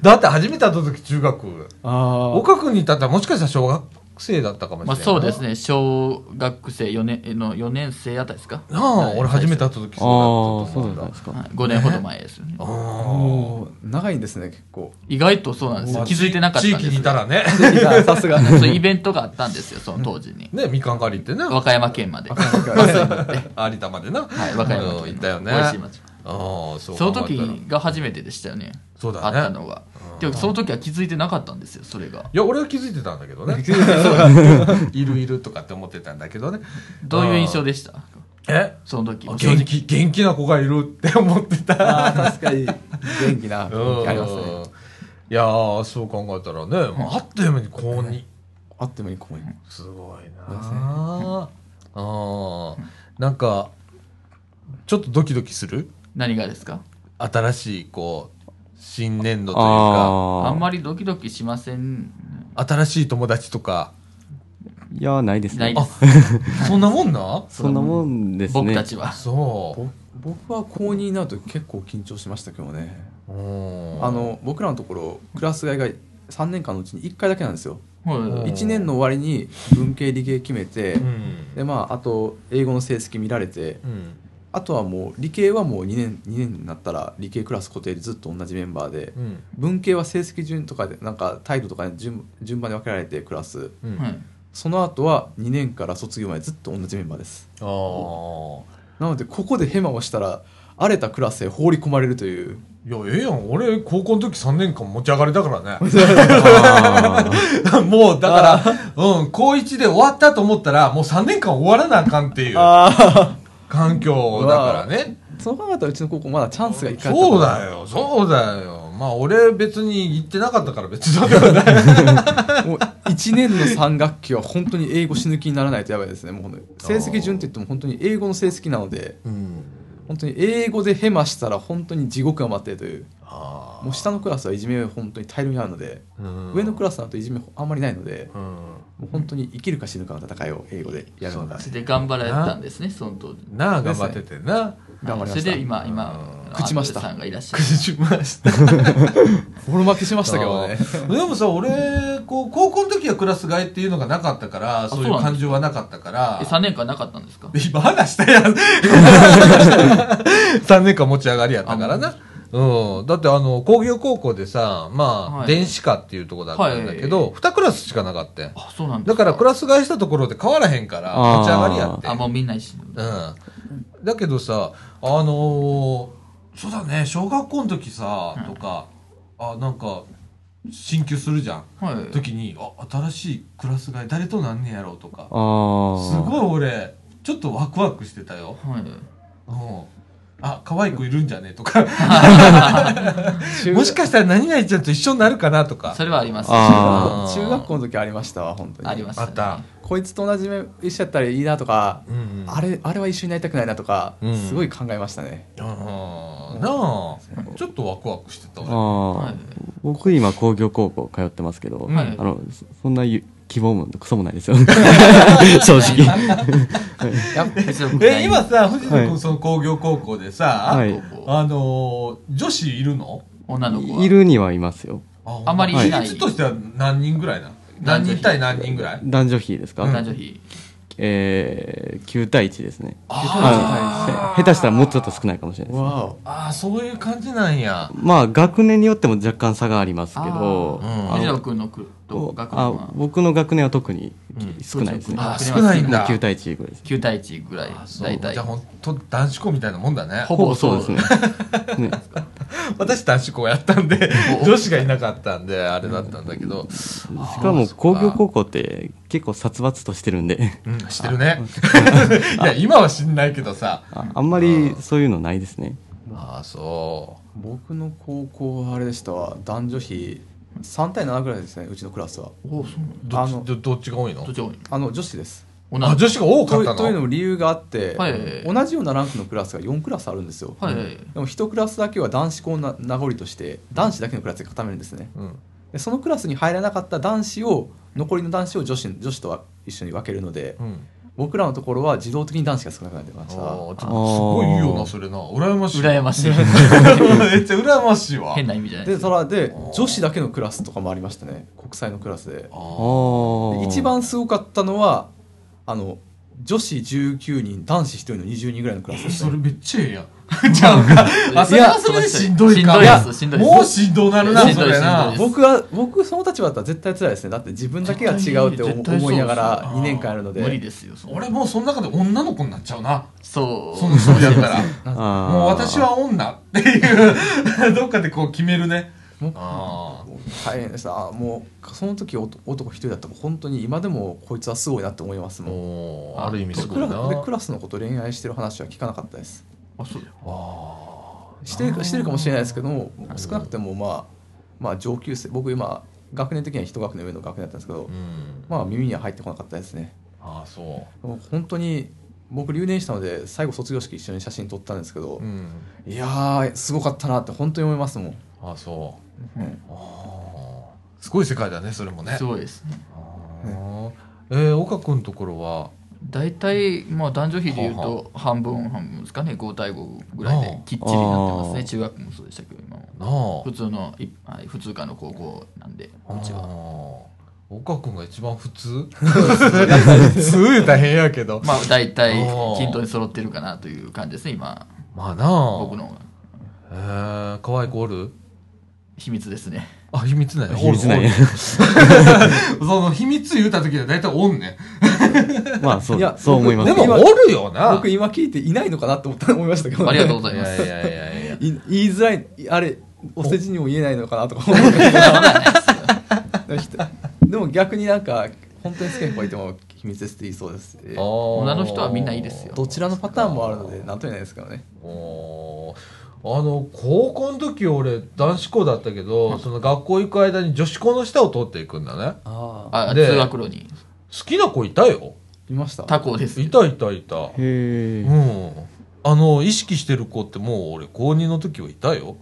Speaker 1: だって初めて会った時中学
Speaker 4: あー
Speaker 1: 岡君に至ったらもしかしたら小学生だったかもしれ
Speaker 3: ま
Speaker 1: な
Speaker 3: あ
Speaker 1: い、
Speaker 3: そうですね、小学生4年の4年生あたりですか。
Speaker 1: なあ、
Speaker 3: はい
Speaker 1: 俺初めて会った時
Speaker 2: ああー、
Speaker 1: そう
Speaker 2: そう
Speaker 1: だ
Speaker 2: じ
Speaker 1: っ
Speaker 2: ゃ
Speaker 1: たと
Speaker 2: な
Speaker 1: 思
Speaker 2: いう
Speaker 1: ん
Speaker 2: で
Speaker 1: だ
Speaker 2: すか。
Speaker 3: 5年ほど前ですよね。
Speaker 1: あ
Speaker 4: もう長いんですね結構
Speaker 3: 意外とそうなんです
Speaker 1: ー
Speaker 3: よ。気づいてなかったん
Speaker 1: 地
Speaker 3: です
Speaker 1: 域にいたらね *laughs*
Speaker 4: さす *laughs* が
Speaker 3: そうイベントがあったんですよ、その当時に。
Speaker 1: ねみかん狩りってね
Speaker 3: 和歌山県まで。は
Speaker 1: 有田までな、
Speaker 3: い、和歌山
Speaker 1: うん
Speaker 3: 県。
Speaker 1: 行ったよね
Speaker 3: 美味しい町。
Speaker 1: ああそう
Speaker 3: その
Speaker 1: 考え
Speaker 3: 時
Speaker 1: たらい
Speaker 3: が初めてでしたよね。
Speaker 1: そうだね
Speaker 3: あったのが。でもその時は気づいてなかったんですよ、それが。
Speaker 1: や俺は気づいてたんだけどねいるいるとかって思ってたんだけどね
Speaker 3: どういう印象でした
Speaker 1: え
Speaker 3: その時。正
Speaker 1: 元
Speaker 3: 直。
Speaker 1: 気元気な子がいるって思ってた
Speaker 4: あー確かに元気な雰囲気ありますね
Speaker 1: いやーそう考えたらね、まあ、あっという間に高2
Speaker 4: あってもいいここに
Speaker 1: すごいなああなんかちょっとドキドキする
Speaker 3: 何がですか
Speaker 1: 新しいこう新年度というか
Speaker 2: あ
Speaker 3: あ
Speaker 2: あ
Speaker 3: んまりドキドキしません。
Speaker 1: 新しい友達とか
Speaker 2: いや、ないです
Speaker 3: ない
Speaker 2: ね
Speaker 3: で。
Speaker 1: あ
Speaker 3: す。
Speaker 1: そんなもんな
Speaker 2: そんなもんですね。
Speaker 3: 僕たちは。
Speaker 1: そ
Speaker 4: ぼ僕は高2になると結構緊張しましたけどね
Speaker 1: ううん
Speaker 4: あの僕らのところクラス替えが3年間のうちに1回だけなんですよ
Speaker 1: うん
Speaker 3: はい
Speaker 4: 1年の終わりに文系理系決めて、
Speaker 1: うん
Speaker 4: でまああと英語の成績見られて
Speaker 1: うん
Speaker 4: あとはもう理系はもう2年2年になったら理系クラス固定でずっと同じメンバーで
Speaker 1: うん
Speaker 4: 文系は成績順とかでなんか態度とかで順順番に分けられてクラス
Speaker 1: うん
Speaker 3: は
Speaker 1: あ
Speaker 3: い
Speaker 4: その後は2年から卒業までずっと同じメンバーです
Speaker 1: あ
Speaker 4: なのでここでヘマをしたら荒れたクラスへ放り込まれるという
Speaker 1: いやええやん俺高校の時3年間持ち上がりだからね *laughs*
Speaker 2: あー
Speaker 1: もうだからうん高1で終わったと思ったらもう3年間終わらなあかんっていう環境だからね
Speaker 4: そう考えたらうちの高校まだチャンスが一回あった
Speaker 1: そうだ
Speaker 4: よ
Speaker 1: よそうだよまあ俺別に行ってなかったから別にどうでもない
Speaker 4: もう1年の3学期は本当に英語死ぬ気にならないとやばいですねもう本当に成績順って言っても本当に英語の成績なので
Speaker 1: *laughs* うん
Speaker 4: 本当に英語でヘマしたら本当に地獄が待っているという
Speaker 1: あ
Speaker 4: もう下のクラスはいじめ本当に大量にあるので、
Speaker 1: あうん
Speaker 4: 上のクラスだといじめあんまりないので
Speaker 1: うん
Speaker 4: もう本当に生きるか死ぬかの戦いを英語でやるのが
Speaker 3: それで頑張られたんですね、その当時。
Speaker 1: なあ頑張っててな
Speaker 4: 頑張りま
Speaker 3: それ
Speaker 4: した
Speaker 3: で今、今、
Speaker 1: うん
Speaker 3: あの
Speaker 4: 朽ちました
Speaker 3: アンドレさんがいらっしゃる
Speaker 1: 崩。しました
Speaker 4: ボロ負けしましたけ
Speaker 3: *laughs*
Speaker 4: どね
Speaker 1: あーでもさ俺こう高校の時はクラス替えっていうのがなかったからそうい
Speaker 3: そう
Speaker 1: う
Speaker 3: なんだ
Speaker 1: 感情はなかったから
Speaker 3: え、3年間なかったんですか
Speaker 1: で今話したやん *laughs* 3年間持ち上がりやったからなうん、だってあの工業高校でさまあ、
Speaker 3: はい
Speaker 1: 電子科っていうとこだったんだけど、2クラスしかなかったよ
Speaker 3: あ、そうなんで
Speaker 1: だ
Speaker 3: す
Speaker 1: からクラス替えしたところで変わらへんから
Speaker 2: あー
Speaker 1: 持ち上がりやって
Speaker 3: あ、もうみんな一緒。
Speaker 1: うん、だけどさあのーそうだね小学校の時さ、とかあなんか進級するじゃん
Speaker 3: はい。
Speaker 1: 時にあ新しいクラス替え誰となんねやろうとか
Speaker 2: あー。
Speaker 1: すごい俺ちょっとワクワクしてたよ、
Speaker 3: はい。
Speaker 1: うん、あ可愛い子いるんじゃねとか
Speaker 4: 中
Speaker 1: もしかしたら何々ちゃんと一緒になるかなとか
Speaker 3: それはあります。
Speaker 2: あ
Speaker 1: ー
Speaker 4: 中学校の時ありましたわ本当に
Speaker 3: ありました、
Speaker 1: あった、
Speaker 4: こいつと同じ目一緒やったらいいなとか、
Speaker 1: うんうん
Speaker 4: あれあれは一緒になりたくないなとか、
Speaker 1: うん
Speaker 4: すごい考えましたね
Speaker 1: うんなあちょっとワクワクしてた
Speaker 2: あ
Speaker 1: わ
Speaker 2: あ、
Speaker 3: はい
Speaker 2: 僕今工業高校通ってますけど、
Speaker 3: はい
Speaker 2: あのそそんなゆ希望もクソもないですよ正直
Speaker 4: やっぱ
Speaker 3: 別に僕ない
Speaker 1: え今さ藤野
Speaker 2: は
Speaker 1: 君
Speaker 2: い
Speaker 1: その工業高校でさ、
Speaker 2: はい
Speaker 1: あのー女子いるの
Speaker 3: 女の子はい
Speaker 2: るにはいますよ
Speaker 1: あ
Speaker 3: あんまり
Speaker 1: ほ
Speaker 3: いない
Speaker 1: 比率としては何人ぐらいな何人対何人ぐらい
Speaker 2: 男女比ですか、
Speaker 3: 男女比、
Speaker 2: えー、9対1ですね
Speaker 1: あ
Speaker 2: あのへ下手したらもうちょっと少ないかもしれないです
Speaker 4: わ
Speaker 1: ああそういう感じなんや
Speaker 2: まあ学年によっても若干差がありますけど
Speaker 1: あうん
Speaker 3: 藤野君のくと
Speaker 2: お
Speaker 3: 学年
Speaker 2: あ
Speaker 3: は
Speaker 2: 僕の学年は特に少ないですね、
Speaker 3: うん
Speaker 1: あ
Speaker 3: あ
Speaker 1: 少ないんだ
Speaker 2: 9対1ぐらいです
Speaker 3: 9対1ぐらい
Speaker 1: あそう
Speaker 3: 大体
Speaker 1: じゃあ本当男子校みたいなもんだね
Speaker 3: ほぼそう
Speaker 2: ですね *laughs* ね
Speaker 1: 私男子校やったん
Speaker 3: *laughs*
Speaker 1: で
Speaker 3: お
Speaker 1: 女子がいなかったんであれだったんだけど、
Speaker 2: しかも工業高校って結構殺伐としてるんで *laughs*
Speaker 1: うん、してるね *laughs* いや今は知んないけどさ
Speaker 2: ああんまりそういうのないですね
Speaker 1: ああそ
Speaker 4: 僕の高校はあれでしたわ男女比3対7ぐらいですねうちのクラスは
Speaker 3: おそうなんだ
Speaker 1: うどっ
Speaker 4: あの
Speaker 1: ちどどっちが多いの
Speaker 3: どっちが多い
Speaker 4: あの女子です
Speaker 3: 女
Speaker 1: あ
Speaker 3: の子
Speaker 1: 女子が多か
Speaker 4: と
Speaker 1: っ
Speaker 4: い
Speaker 1: た
Speaker 4: というの
Speaker 1: の
Speaker 4: も理由があって、
Speaker 3: はい
Speaker 4: 同じようなランクのクラスが4クラスあるんですよ、
Speaker 3: はい
Speaker 4: でも1クラスだけは男子校の名残として男子だけのクラスで固めるんですね
Speaker 1: うん
Speaker 4: でそのクラスに入らなかった男子を残りの男子を女子女子とは一緒に分けるので
Speaker 1: うん
Speaker 4: 僕らのところは自動的に男子が少なくなってまし
Speaker 1: あ
Speaker 4: た
Speaker 1: ーですもすごいいいよなそれな羨ましい
Speaker 3: 羨まし
Speaker 1: *laughs*
Speaker 3: い
Speaker 1: めっちゃ羨ましいわ
Speaker 3: *laughs* 変な意味じゃないで
Speaker 4: ですただで女子だけのクラスとかもありましたね国際のクラスで
Speaker 1: あ
Speaker 2: あ
Speaker 1: ー
Speaker 2: ー
Speaker 4: で一番すごかったのはあの女子19人男子1人の20人ぐらいのクラスでした
Speaker 1: そ
Speaker 4: ね
Speaker 1: れめっちゃええやんちゃう
Speaker 3: *laughs*
Speaker 1: かあそれはそれでしんどいか
Speaker 3: いやしんどいですしんどいです
Speaker 1: もうしんどなるな
Speaker 3: しん
Speaker 1: そ
Speaker 3: どいです
Speaker 1: れな
Speaker 3: しんどいで
Speaker 4: 僕は僕その立場だったら絶対辛いですねだって自分だけが違うって思
Speaker 3: 絶対に
Speaker 4: 思いながら
Speaker 1: 絶対そうですよ
Speaker 4: 2年間やるので
Speaker 3: 無理ですよそんな
Speaker 1: 俺もうその中で女の子になっちゃうな
Speaker 3: そう
Speaker 1: その人やったら
Speaker 2: あー
Speaker 1: もう私は女っていう *laughs* どっかでこう決めるね
Speaker 4: もう
Speaker 1: あ
Speaker 4: もう大変でしたあーもうその時お男1人だったら本当に今でもこいつはすごいなって思います
Speaker 1: ー
Speaker 4: もん
Speaker 1: おーある意味すご
Speaker 4: ク
Speaker 1: い
Speaker 4: ラ
Speaker 1: な
Speaker 4: でクラスのこと恋愛してる話は聞かなかったです
Speaker 3: あそうだよ
Speaker 1: あ
Speaker 4: してるかしてるかもしれないですけども少なくてもまあまあ上級生僕今学年的には一学年上の学年だったんですけど
Speaker 1: ーうん
Speaker 4: まあ耳には入ってこなかったですね
Speaker 1: ああそ
Speaker 4: もう本当に僕留年したので最後卒業式一緒に写真撮ったんですけど
Speaker 1: ううん
Speaker 4: いやーすごかったなって本当に思いますもん
Speaker 1: ああそう
Speaker 4: うん
Speaker 1: あーすごい世界だねそれもね
Speaker 3: すごいですね
Speaker 1: あーえー岡君のところは
Speaker 3: 大体まあ男女比でいう
Speaker 1: はあ
Speaker 3: と半分半分ですかね5対5ぐらいできっちりなってます
Speaker 2: あ
Speaker 3: ね
Speaker 2: ー
Speaker 3: 中学もそうでしたけど今も
Speaker 1: なあ
Speaker 3: 普通のいはい普通科の高校なんでこっちは
Speaker 1: あー岡君が一番普通普通言うたら変やけど
Speaker 3: まあ大体
Speaker 1: あー
Speaker 3: 均等に揃ってるかなという感じですね今
Speaker 1: まあなあ
Speaker 3: 僕の
Speaker 1: えー、可愛い子おる
Speaker 3: 秘密です *laughs* ね
Speaker 1: あ秘密なんや
Speaker 2: 秘密なん
Speaker 1: おる *laughs*
Speaker 2: や
Speaker 1: おるその秘密言うた時は大体おんね
Speaker 2: まあそ
Speaker 4: いや
Speaker 2: うそう思いま
Speaker 1: ん
Speaker 2: す
Speaker 1: で
Speaker 2: ね
Speaker 1: も
Speaker 4: 今
Speaker 1: おるよな
Speaker 4: 僕今聞いていないのかなって思った思いましたけど、
Speaker 3: ありがとうござい
Speaker 1: い
Speaker 3: ま
Speaker 1: や
Speaker 3: す
Speaker 1: いやいやい
Speaker 3: *laughs*
Speaker 1: や
Speaker 4: い言いづらいあれお世辞にも言えないのか
Speaker 3: *laughs*
Speaker 4: なとか思ったけどでもひとでも逆になんか本当に好きな子がいても秘密ですって言いそうですし
Speaker 1: 女
Speaker 3: 女の人はみんないいですよ
Speaker 4: どちらのパターンもあるのでなんとも言えないですからね
Speaker 1: おーあの高校の時俺男子校だったけど、その学校行く間に女子校の下を通っていくんだね
Speaker 4: ああ
Speaker 3: あ
Speaker 1: で
Speaker 3: 通学路に
Speaker 1: 好きな子いたよ
Speaker 4: いました
Speaker 3: 他校です
Speaker 1: いたいたいた
Speaker 2: へ
Speaker 1: う
Speaker 2: え
Speaker 1: んあの意識してる子ってもう俺高2の時はいたよ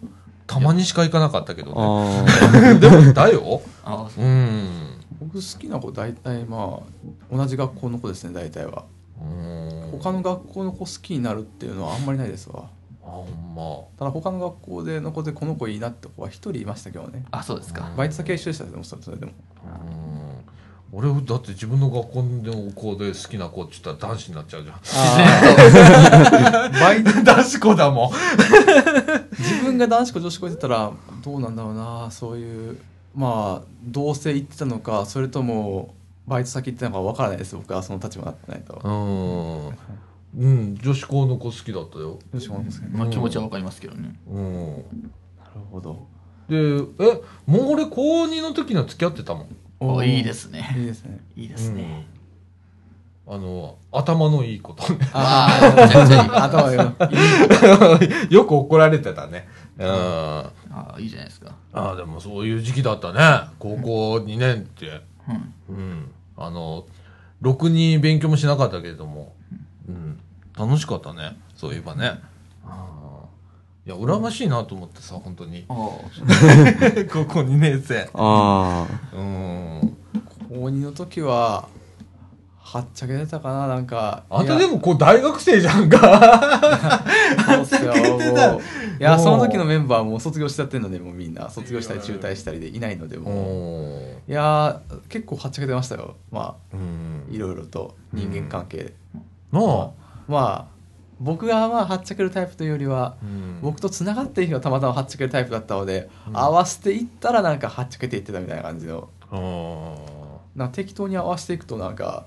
Speaker 1: たまにしか行かなかったけどね *laughs*
Speaker 2: あ
Speaker 1: でもいたよ
Speaker 3: あーそう
Speaker 1: うん
Speaker 4: 僕好きな子大体まあ同じ学校の子ですね大体は
Speaker 1: うん
Speaker 4: 他の学校の子好きになるっていうのはあんまりないですわ
Speaker 1: あほんま
Speaker 4: ただ他の学校での子でこの子いいなって子は一人いましたけどね
Speaker 3: あそうですか
Speaker 4: バイト先は一緒でしたけどそれそれでも
Speaker 1: うん俺だって自分の学校の子で好きな子って言ったら男子になっちゃうじゃん *laughs*
Speaker 4: バイト
Speaker 1: 男子校だもん
Speaker 4: 自分が男子校女子校行ってたらどうなんだろうなそういうまあ同棲行ってたのかそれともバイト先行ってたのかわからないです僕はその立場になってないと
Speaker 1: うん、うん、女子校の子好きだったよ。
Speaker 4: 女子校なんですけどな
Speaker 3: まあ気持ちはわかりますけどね
Speaker 1: うん、
Speaker 4: るほど
Speaker 1: で、え、もう俺高二の時には付き合ってたもん。
Speaker 4: お
Speaker 3: お
Speaker 4: ー
Speaker 3: いいですね
Speaker 4: いいですね
Speaker 3: いいですね
Speaker 1: うん、あの、頭のいい子とね。 *laughs*
Speaker 4: あ
Speaker 3: あーめちゃくちゃいい
Speaker 4: あ頭よ
Speaker 1: よく怒られてたね。うん。あ
Speaker 3: あーいいじゃないですか
Speaker 1: あ、でもそういう時期だったね。高校2年って。
Speaker 3: うん。
Speaker 1: うん。あの、ろくに勉強もしなかったけれども、うん。楽しかったね。そういえばね。ああいや、羨ましいなと思ってさ、本当
Speaker 4: *laughs*
Speaker 1: に
Speaker 3: ああ
Speaker 1: 高校2年生。
Speaker 2: あ
Speaker 1: うん。
Speaker 4: 高二の時ははっちゃけてたかななんか
Speaker 1: あんた
Speaker 4: い
Speaker 1: で
Speaker 4: や
Speaker 1: もこう大学生じゃんか。
Speaker 4: そうっすよ
Speaker 1: はっちゃけてた
Speaker 4: もうい
Speaker 1: も
Speaker 4: や
Speaker 1: う
Speaker 4: その時のメンバーもう卒業しちゃってるのでもうみんな卒業したり中退したりでいないのでもう
Speaker 1: う
Speaker 4: いやー結構はっちゃけてましたよまあ
Speaker 1: ん。
Speaker 4: いろいろと人間関係、
Speaker 1: なあ。
Speaker 4: まあ僕がまあはっちゃけるタイプというよりは、僕とつながっている人がたまたまはっちゃけるタイプだったので、合わせていったらなんかはっちゃけていってたみたいな感じの
Speaker 1: うん。
Speaker 4: なんか適当に合わせていくとなんか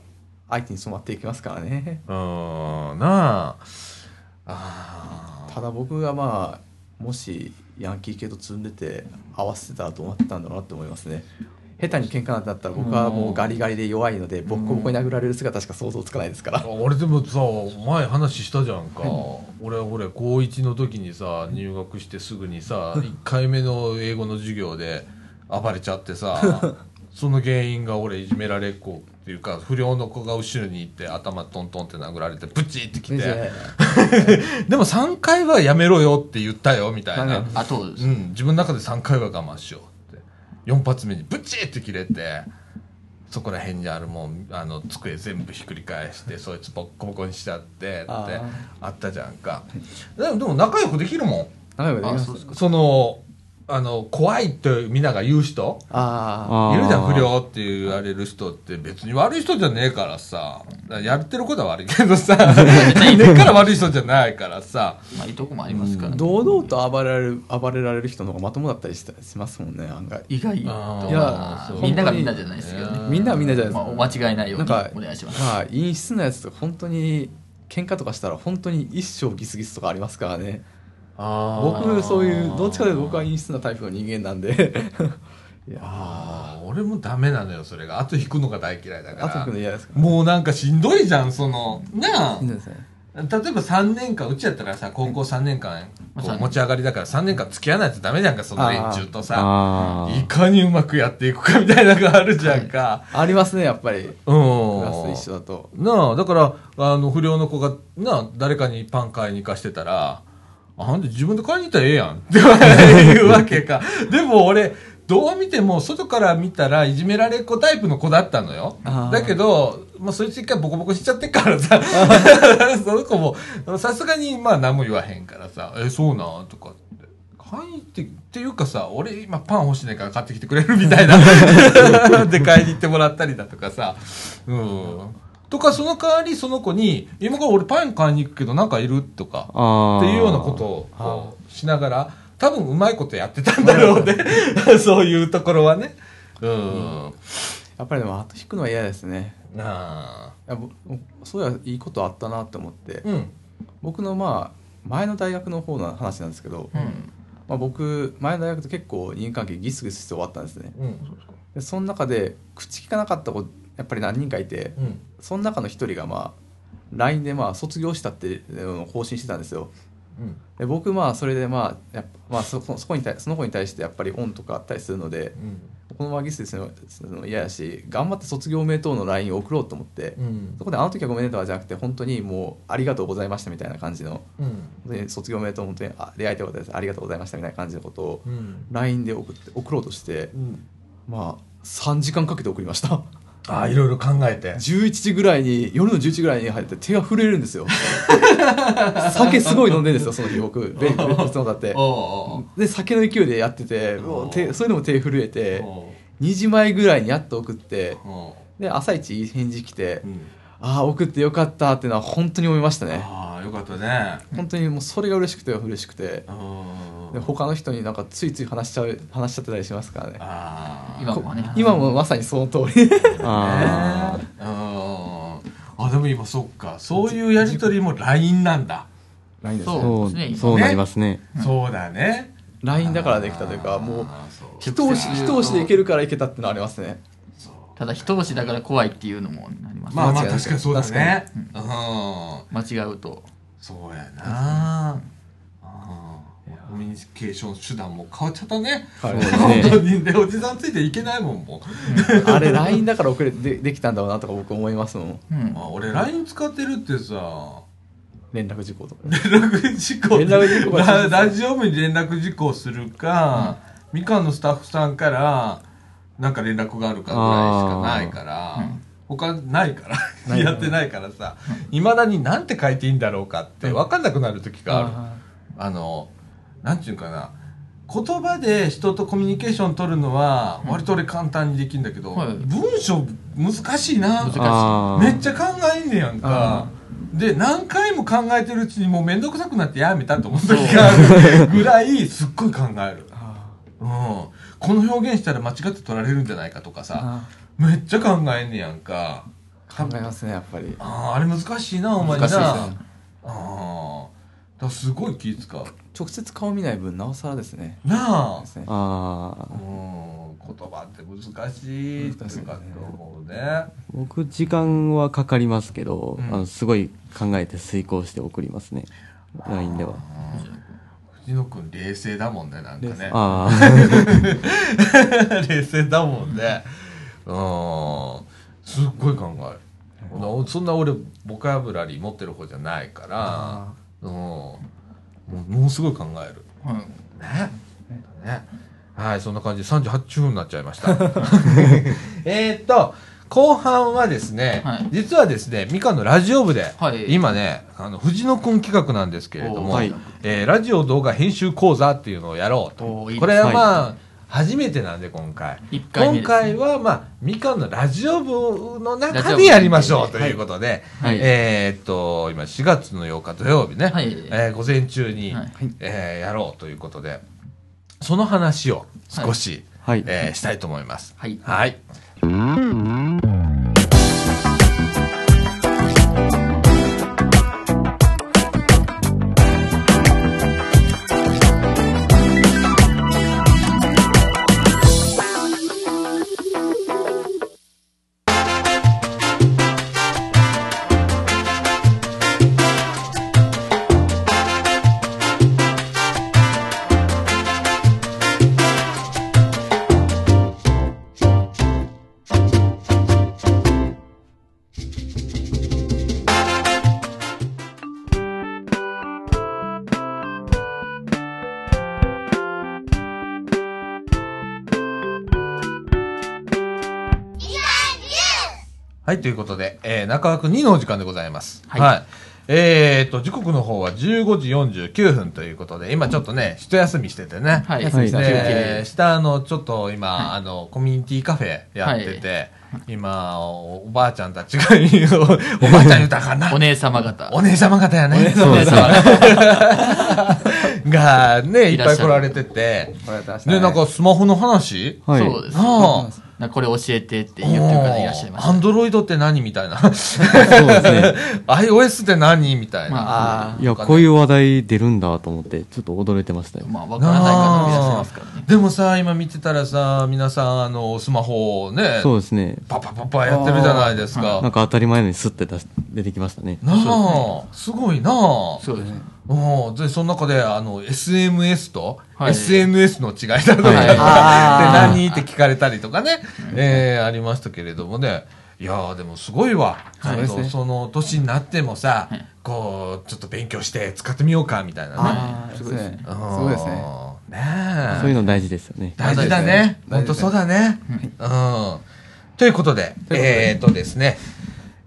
Speaker 4: 相手に染まっていきますからね
Speaker 1: うん。なあ。あ
Speaker 4: ただ僕がまあもしヤンキー系と積んでて合わせてたらどうなってたんだろうなって思いますね下手に喧嘩なんてなったら僕はもうガリガリで弱いのでボッコボコに殴られる姿しか想像つかないですから
Speaker 1: あ。俺でもさ、前話したじゃんか。俺、俺、高1の時にさ、入学してすぐにさ、1回目の英語の授業で暴れちゃって *laughs* さ、その原因が俺いじめられっ子っていうか、不良の子が後ろに行って頭トントンって殴られて、ブチってきて。でも3回はやめろよって言ったよみたいな、
Speaker 4: はい
Speaker 3: あと
Speaker 1: うん、自分の中で3回は我慢しようって4発目にブチって切れてそこら辺にあるもんあの机全部ひっくり返してそいつボッコボコにしちゃってって
Speaker 4: あー
Speaker 1: あったじゃんかでもでも仲良くできるも
Speaker 4: 仲良くできま
Speaker 3: あ
Speaker 4: す
Speaker 3: そうですか
Speaker 1: んそのあの怖いってみんなが言う人
Speaker 4: あ
Speaker 1: いるじゃん不
Speaker 2: あ
Speaker 1: 良って言われる人って別に悪い人じゃねえからさやってることは悪いけどさ根っから悪い人じゃないからさ
Speaker 3: まあ、いいとこもありますか
Speaker 4: あ
Speaker 3: ら、
Speaker 4: 堂々と暴れられる暴れられる人の方がまともだったりしたしますもんね案外
Speaker 3: 意外と
Speaker 1: あ
Speaker 4: ーいや
Speaker 3: まあみんながみんなじゃないですけど
Speaker 1: 本当
Speaker 3: ね、
Speaker 1: に
Speaker 4: みんなはみんなじゃないです
Speaker 3: まあ、
Speaker 4: か
Speaker 3: お間違いないよう
Speaker 4: なん
Speaker 3: に
Speaker 4: か
Speaker 3: お願いします
Speaker 4: まあ陰湿なやつとか本当に喧嘩とかしたら本当に一生ギスギスとかありますからね僕そういうどっちかというと僕は陰湿なタイプの人間な
Speaker 3: *laughs*
Speaker 4: んでいや
Speaker 1: あー俺もダメなのよそれが後引くのが大嫌いだ
Speaker 4: あと
Speaker 1: か
Speaker 4: くの
Speaker 1: ら
Speaker 4: 嫌ですか
Speaker 1: もうなんかしんどいじゃんそのなあ
Speaker 4: いいんですね
Speaker 1: 例えば3年間うちやったらさ高校3年間
Speaker 3: まあ
Speaker 1: こ
Speaker 3: 三
Speaker 1: う
Speaker 3: 年
Speaker 1: 持ち上がりだから3年間付き合わないとダメじゃんかその連中とさ
Speaker 2: あ
Speaker 1: いかにうまくやっていくかみたいなのがあるじゃんか、
Speaker 4: ありますねやっぱりク
Speaker 1: う
Speaker 4: ラス
Speaker 1: ん
Speaker 4: 一緒だと
Speaker 1: なあだからあの不良の子がなあ誰かにパン買いに行かしてたら「あんた自分で買いに行ったらええやん」 *laughs* って言うわけかでも俺どう見ても外から見たらいじめられっ子タイプの子だったのよ
Speaker 4: あー
Speaker 1: だけど、まあ、そいつ一回ボコボコしちゃってっから
Speaker 4: *laughs*
Speaker 1: さその子もさすがにまあ何も言わへんからさ「えそうなん?」とかって買いに行ってっていうかさ俺今パン欲しいねんから買ってきてくれるみたいな *laughs* で買いに行ってもらったりだとかさうんとかその代わりその子に「今から俺パン買いに行くけどなんかいる?」とか
Speaker 2: あああ
Speaker 1: っていうようなことをこうしながら多分うまいことやってたんだろうね *laughs* そういうところはねうん
Speaker 4: やっぱりでもあと引くのは嫌ですね
Speaker 1: ああ
Speaker 4: いやぼそういやいいことあったなと思って
Speaker 1: うん
Speaker 4: 僕のまあ前の大学の方の話なんですけど、
Speaker 3: うん
Speaker 4: まあ、僕前の大学と結構人間関係ギスギスして終わったんですね
Speaker 1: うん
Speaker 4: でその中で口利かなかった子やっぱり何人かいて
Speaker 1: うん
Speaker 4: その中の一人がまあ LINE でまあ卒業したっていうのを更新してたんですよ
Speaker 1: うん
Speaker 4: で僕まあそれでまあやっぱまあそこそこに対その子に対してやっぱりオンとかあったりするのでこのままギスギスするの嫌やし頑張って卒業おめでとうの LINE を送ろうと思って
Speaker 1: うん
Speaker 4: そこであの時はごめんねとはじゃなくて本当にもうありがとうございましたみたいな感じの
Speaker 1: うん
Speaker 4: 本当に卒業おめでとう本当にあ出会えてよかったですありがとうございましたみたいな感じのことを
Speaker 1: うん
Speaker 4: LINE で送って送ろうとして
Speaker 1: うん
Speaker 4: まあ3時間かけて送りました *laughs*
Speaker 1: ああいろいろ考えて
Speaker 4: 11時ぐらいに夜の11時ぐらいに入って手が震えるんで
Speaker 1: *laughs*
Speaker 4: すよ酒すごい飲んでるんですよその日僕ベイクいつもだって
Speaker 1: おう
Speaker 4: で酒の勢いでやっててもう手そういうのも手震え
Speaker 1: おう
Speaker 4: て
Speaker 1: おう
Speaker 4: 2時前ぐらいにやっと送って
Speaker 1: おう
Speaker 4: で朝一いい返事来て
Speaker 1: うん
Speaker 4: ああ送ってよかったってのは本当に思いましたね
Speaker 1: ああよかったね
Speaker 4: 本当にもうそれが嬉しくて嬉しくて
Speaker 1: うん
Speaker 4: で他の人になんかついつい話しちゃう話しちゃってたりしますからね
Speaker 1: ああ
Speaker 3: 今もね
Speaker 4: 今もまさにその通り
Speaker 2: あー
Speaker 1: ああでも今そっかそういうやり取りも LINE なんだ、
Speaker 4: ないんです
Speaker 3: そう
Speaker 4: よ
Speaker 2: そ
Speaker 3: そうですね
Speaker 2: うそうなりますね
Speaker 1: そうだね
Speaker 4: LINE だからできたというかもう
Speaker 1: あーそう
Speaker 4: 一押し
Speaker 3: 直接
Speaker 4: 一押しでいけるからいけたってのはありますね
Speaker 3: ただ一押しだから怖いっていうのもあります、
Speaker 1: まあまあ
Speaker 4: 間違いない
Speaker 1: 確かにそうだねうん、
Speaker 3: 間違うと
Speaker 1: そうやなあーコミュニケーション手段も変わっちゃったね
Speaker 4: はい
Speaker 2: そうです
Speaker 1: 本
Speaker 2: ね
Speaker 1: 当にでおじさんついていけないもんも
Speaker 4: あれ LINE だから遅れでできたんだろうなとか僕思いますもん
Speaker 3: うん
Speaker 1: う、あ俺 LINE 使ってるってさ
Speaker 4: 連絡事項とか
Speaker 1: 連絡事項
Speaker 4: 連絡事項が
Speaker 1: ララジオ部に連絡事項するか、みかんのスタッフさんからなんか連絡があるかぐらいしかないから、他ないからやってないからさいまだになんて書いていいんだろうかって分かんなくなる時がある、あのなんていうかな言葉で人とコミュニケーション取るのは割と俺簡単にできるんだけど、
Speaker 3: はい
Speaker 1: 文章難しいな
Speaker 3: 難しい
Speaker 2: あー
Speaker 1: めっちゃ考えんねやんか。で、何回も考えてるうちにもうめんどくさくなってやめたと思った時がある *laughs* ぐらい、すっごい考える。うん。この表現したら間違って取られるんじゃないかとかさ、
Speaker 4: あ
Speaker 1: めっちゃ考えんねやんか。
Speaker 4: 考えますねやっぱり
Speaker 1: ああ、あれ難しいな、お前な。
Speaker 4: 難しいですね
Speaker 1: ああ。だからすごい気使う。
Speaker 4: 直接顔見ない分なおさらですね
Speaker 1: なあ
Speaker 4: で。すね
Speaker 2: ああ
Speaker 1: うん。言葉って難しいとかって思うね。
Speaker 2: 僕時間はかかりますけど、
Speaker 1: うん
Speaker 2: あのすごい考えて遂行して送りますね LINE では
Speaker 1: 藤野くん冷静だもんね、なんかね。
Speaker 2: ああ
Speaker 1: *laughs* 冷静だもんねうんすっごい考えるなそんな俺ボキャブラリー持ってる方じゃないからうんもうものすごい考える
Speaker 3: はい
Speaker 1: ねねはいそんな感じで38分になっちゃいましたえーっと後半はですね、
Speaker 3: はい
Speaker 1: 実はですね、ミカのラジオ部で、
Speaker 3: はい
Speaker 1: 今ね、あの、藤野くん企画なんですけれども、
Speaker 2: おはい
Speaker 1: えーラジオ動画編集講座っていうのをやろうと。
Speaker 3: おーいいですね
Speaker 1: これはまあ、初めてなんで今回。
Speaker 3: 一回目ですね
Speaker 1: 今回はまあ、みかんのラジオ部の中でやりましょうということで、
Speaker 2: はい
Speaker 1: えーっと、今4月の8日土曜日ね、
Speaker 3: はい
Speaker 1: えー午前中に、
Speaker 3: はい
Speaker 1: えーやろうということで、その話を少し、
Speaker 2: *laughs* はい。
Speaker 1: えーしたいと思います。
Speaker 3: はい
Speaker 1: はい。はい、ということで、えー中川くん2のお時間でございます。は。
Speaker 3: はいい
Speaker 1: えー、と、時刻の方は15時49分ということで、今ちょっとね、一休みしててね。
Speaker 3: はい
Speaker 2: はい
Speaker 1: で
Speaker 2: 休憩
Speaker 1: 下、あの、ちょっと今、
Speaker 3: は
Speaker 1: あの、コミュニティカフェやってて、今お、おばあちゃんたちが、おばあちゃん豊
Speaker 3: *laughs*
Speaker 1: かな
Speaker 3: お。姉様方
Speaker 1: お姉様方やね。
Speaker 2: そうですね。
Speaker 1: *laughs* が、ね、いっ
Speaker 3: い
Speaker 1: ぱ
Speaker 3: らっ
Speaker 1: い
Speaker 3: しゃ
Speaker 1: 来
Speaker 3: る
Speaker 1: られてて、
Speaker 4: これやってましたね
Speaker 1: ね、なんかスマホの話
Speaker 2: はい。
Speaker 3: そうです
Speaker 1: ああ
Speaker 3: なんかこれ教えてって言ってる方いらっしゃいました
Speaker 1: アンドロイドって何みたいな。
Speaker 2: そうで
Speaker 1: *laughs*
Speaker 2: すね。
Speaker 1: iOS って何みたいな。
Speaker 3: まあ
Speaker 2: いや、こういう話題出るんだと思って、ちょっと驚いてましたよ。
Speaker 3: まあわからない方もいらっしゃいますからね
Speaker 1: でもさ、今見てたらさ、皆さん、あの、スマホをね、
Speaker 2: そうですね。
Speaker 1: パパパパやってるじゃないです
Speaker 2: な
Speaker 1: か
Speaker 2: ん。か当たり前のようにスッて出し出てきましたね。
Speaker 1: なあ、すごいなあ。
Speaker 3: そうですね
Speaker 1: うん。で、その中で、あの、SMS と、
Speaker 3: はい
Speaker 1: SNS の違いだとか、
Speaker 2: はい
Speaker 1: で、
Speaker 4: あー
Speaker 1: 何って聞かれたりとかね、えーありましたけれどもね。いやーでもすごいわ。ち
Speaker 4: い
Speaker 1: ょっ
Speaker 4: そ
Speaker 1: と
Speaker 4: うですね
Speaker 1: その年になってもさ
Speaker 3: はい、
Speaker 1: こう、ちょっと勉強して使ってみようか、みたいなね。
Speaker 4: あーすごいですねす
Speaker 1: うん
Speaker 4: ごいですね。
Speaker 1: ねえ
Speaker 2: そういうの大事ですよね。
Speaker 1: 大事だね。本
Speaker 4: 大事です
Speaker 1: 当そ
Speaker 4: ね
Speaker 1: うだね。うん。ということで、
Speaker 4: ということで
Speaker 1: えっ、とですね、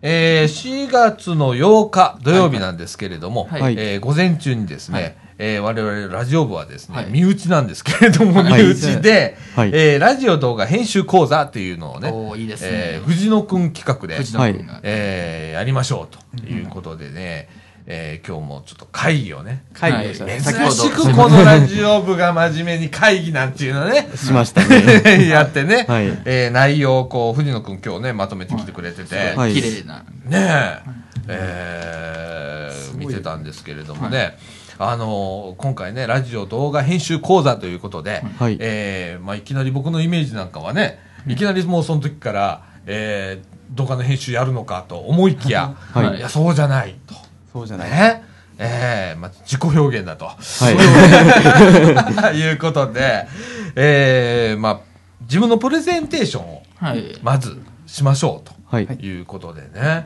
Speaker 1: えー4月の8日土曜日なんですけれども、
Speaker 3: はい
Speaker 2: はい
Speaker 1: えー午前中にですね、えー我々ラジオ部はですね、
Speaker 3: はい
Speaker 1: 身内なんですけれども、
Speaker 2: はい
Speaker 1: 身内で、
Speaker 2: はい
Speaker 1: えーラジオ動画編集講座っていうのをね、
Speaker 3: おーいいですね
Speaker 1: えー藤野くん企画で、
Speaker 3: 藤野君が
Speaker 1: えーやりましょうということでね、えー今日もちょっと会議をね、
Speaker 4: 会議でした
Speaker 3: は
Speaker 4: ね
Speaker 3: い
Speaker 1: 珍
Speaker 4: さっき
Speaker 1: しくこのラジオ部が真面目に会議なんていうのね、
Speaker 2: しまし
Speaker 1: *laughs*
Speaker 2: たね。
Speaker 1: やってね、
Speaker 2: はい
Speaker 1: えー内容をこう、藤野くん今日ね、まとめてきてくれてて、
Speaker 2: はい
Speaker 3: 綺麗な
Speaker 1: ねえ、えー見てたんですけれどもね、あのー今回ね、ラジオ動画編集講座ということで、
Speaker 2: はい
Speaker 1: えーまあ、いきなり僕のイメージなんかはね、いきなりもうその時から、えー動画の編集やるのかと思いきや、
Speaker 2: はい
Speaker 1: いや、そうじゃないと。
Speaker 4: そうじゃない
Speaker 1: ね。ええまあ、自己表現だと。
Speaker 2: はい。
Speaker 1: *laughs* い、うことで、ええまあ、自分のプレゼンテーションを、
Speaker 3: はい
Speaker 1: まずしましょう
Speaker 2: はい。
Speaker 1: ということでね。
Speaker 3: は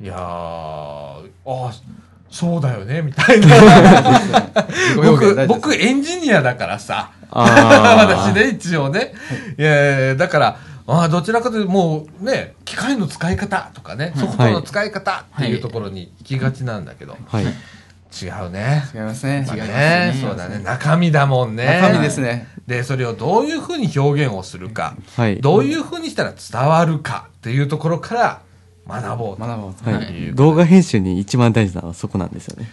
Speaker 3: い
Speaker 1: い、やー、ああ、そうだよね、みたいな。僕、僕エンジニアだからさ。
Speaker 2: あ
Speaker 1: *laughs* 私ね、一応ね。いやいやだから、ああどちらかというと、もうね、機械の使い方とかね、ソフトの使い方っていうところに行きがちなんだけど、
Speaker 2: あ。はい。
Speaker 1: 違うね。
Speaker 4: 違いますね
Speaker 1: まあ
Speaker 3: 違います
Speaker 1: ね
Speaker 3: ね
Speaker 1: そうだね。中身だもんね。
Speaker 4: 中身ですね
Speaker 1: で、それをどういうふうに表現をするか、
Speaker 2: はい。
Speaker 1: どういうふうにしたら伝わるかっていうところから学ぼうと。
Speaker 4: 学ぼう
Speaker 2: は
Speaker 3: はい
Speaker 2: い、動画編集に一番大事なのはそこなんですよね。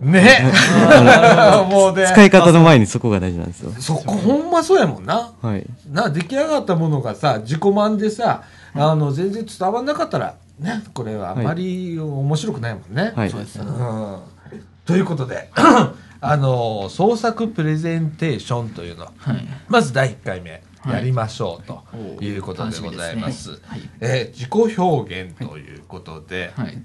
Speaker 1: ね *laughs* もうね。
Speaker 2: 使い方の前にそこが大事なんですよ。
Speaker 1: そこほんまそうやもんな。
Speaker 2: はい。
Speaker 1: な、出来上がったものがさ、自己満でさ、あの、全然伝わんなかったら、ね、これはあまり面白くないもんね。
Speaker 2: はい
Speaker 3: そう。です
Speaker 1: うんということで、 *clears throat* あの、創作プレゼンテーションというの。
Speaker 3: はい
Speaker 1: まず第1回目
Speaker 3: はい
Speaker 1: やりましょうと
Speaker 3: おー
Speaker 1: いうことでございます。
Speaker 3: 楽しみですね
Speaker 1: えー自己表現ということで、
Speaker 3: はい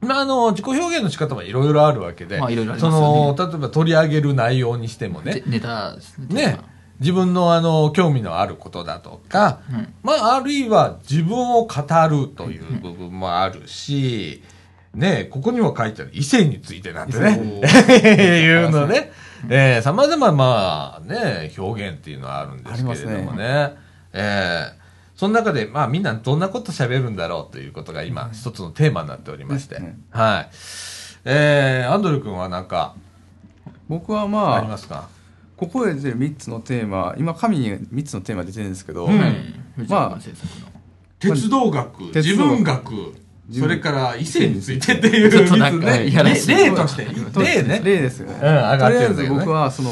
Speaker 1: まあ、あの自己表現の仕方はいろいろあるわけで、
Speaker 3: まあいろいろあり
Speaker 1: そ
Speaker 3: ます
Speaker 1: の
Speaker 3: よ
Speaker 1: 例えば取り上げる内容にしてもね
Speaker 3: でネタですね
Speaker 1: ね自分のあの興味のあることだとか、
Speaker 3: はい
Speaker 1: まあ、あるいは自分を語るという部分もあるし、ね、ここにも書いてある異性についてなんてね、いうのね、えー、様々まあね、表現っていうのはあるんですけれどもね、えーその中で、まあ、みんなどんなこと喋るんだろうということが今、一つのテーマになっておりまして、
Speaker 4: ですね
Speaker 1: はい。えー、アンドル君は何か
Speaker 4: 僕は
Speaker 1: あ
Speaker 4: ま
Speaker 1: り
Speaker 4: あ
Speaker 1: ますか
Speaker 4: ここで出てる3つのテーマ今紙に3つのテーマ出てるんですけど、
Speaker 1: うん
Speaker 3: 藤岡の制作の
Speaker 1: 鉄道学、
Speaker 4: 鉄道
Speaker 1: 自分学、
Speaker 4: 自
Speaker 1: そ
Speaker 4: 分
Speaker 1: れから異性についてっていう、
Speaker 3: ちょっとなんか
Speaker 1: 三つね
Speaker 3: いやらしい
Speaker 1: 例例と
Speaker 3: *laughs*
Speaker 1: して、
Speaker 4: そうです
Speaker 1: 例
Speaker 4: ね
Speaker 1: ね。
Speaker 4: 例ですよね、
Speaker 1: うん上
Speaker 4: と
Speaker 1: がっ
Speaker 4: り
Speaker 1: て
Speaker 4: あ
Speaker 1: る
Speaker 4: え
Speaker 1: んだ
Speaker 4: ず
Speaker 1: よね
Speaker 4: 僕はその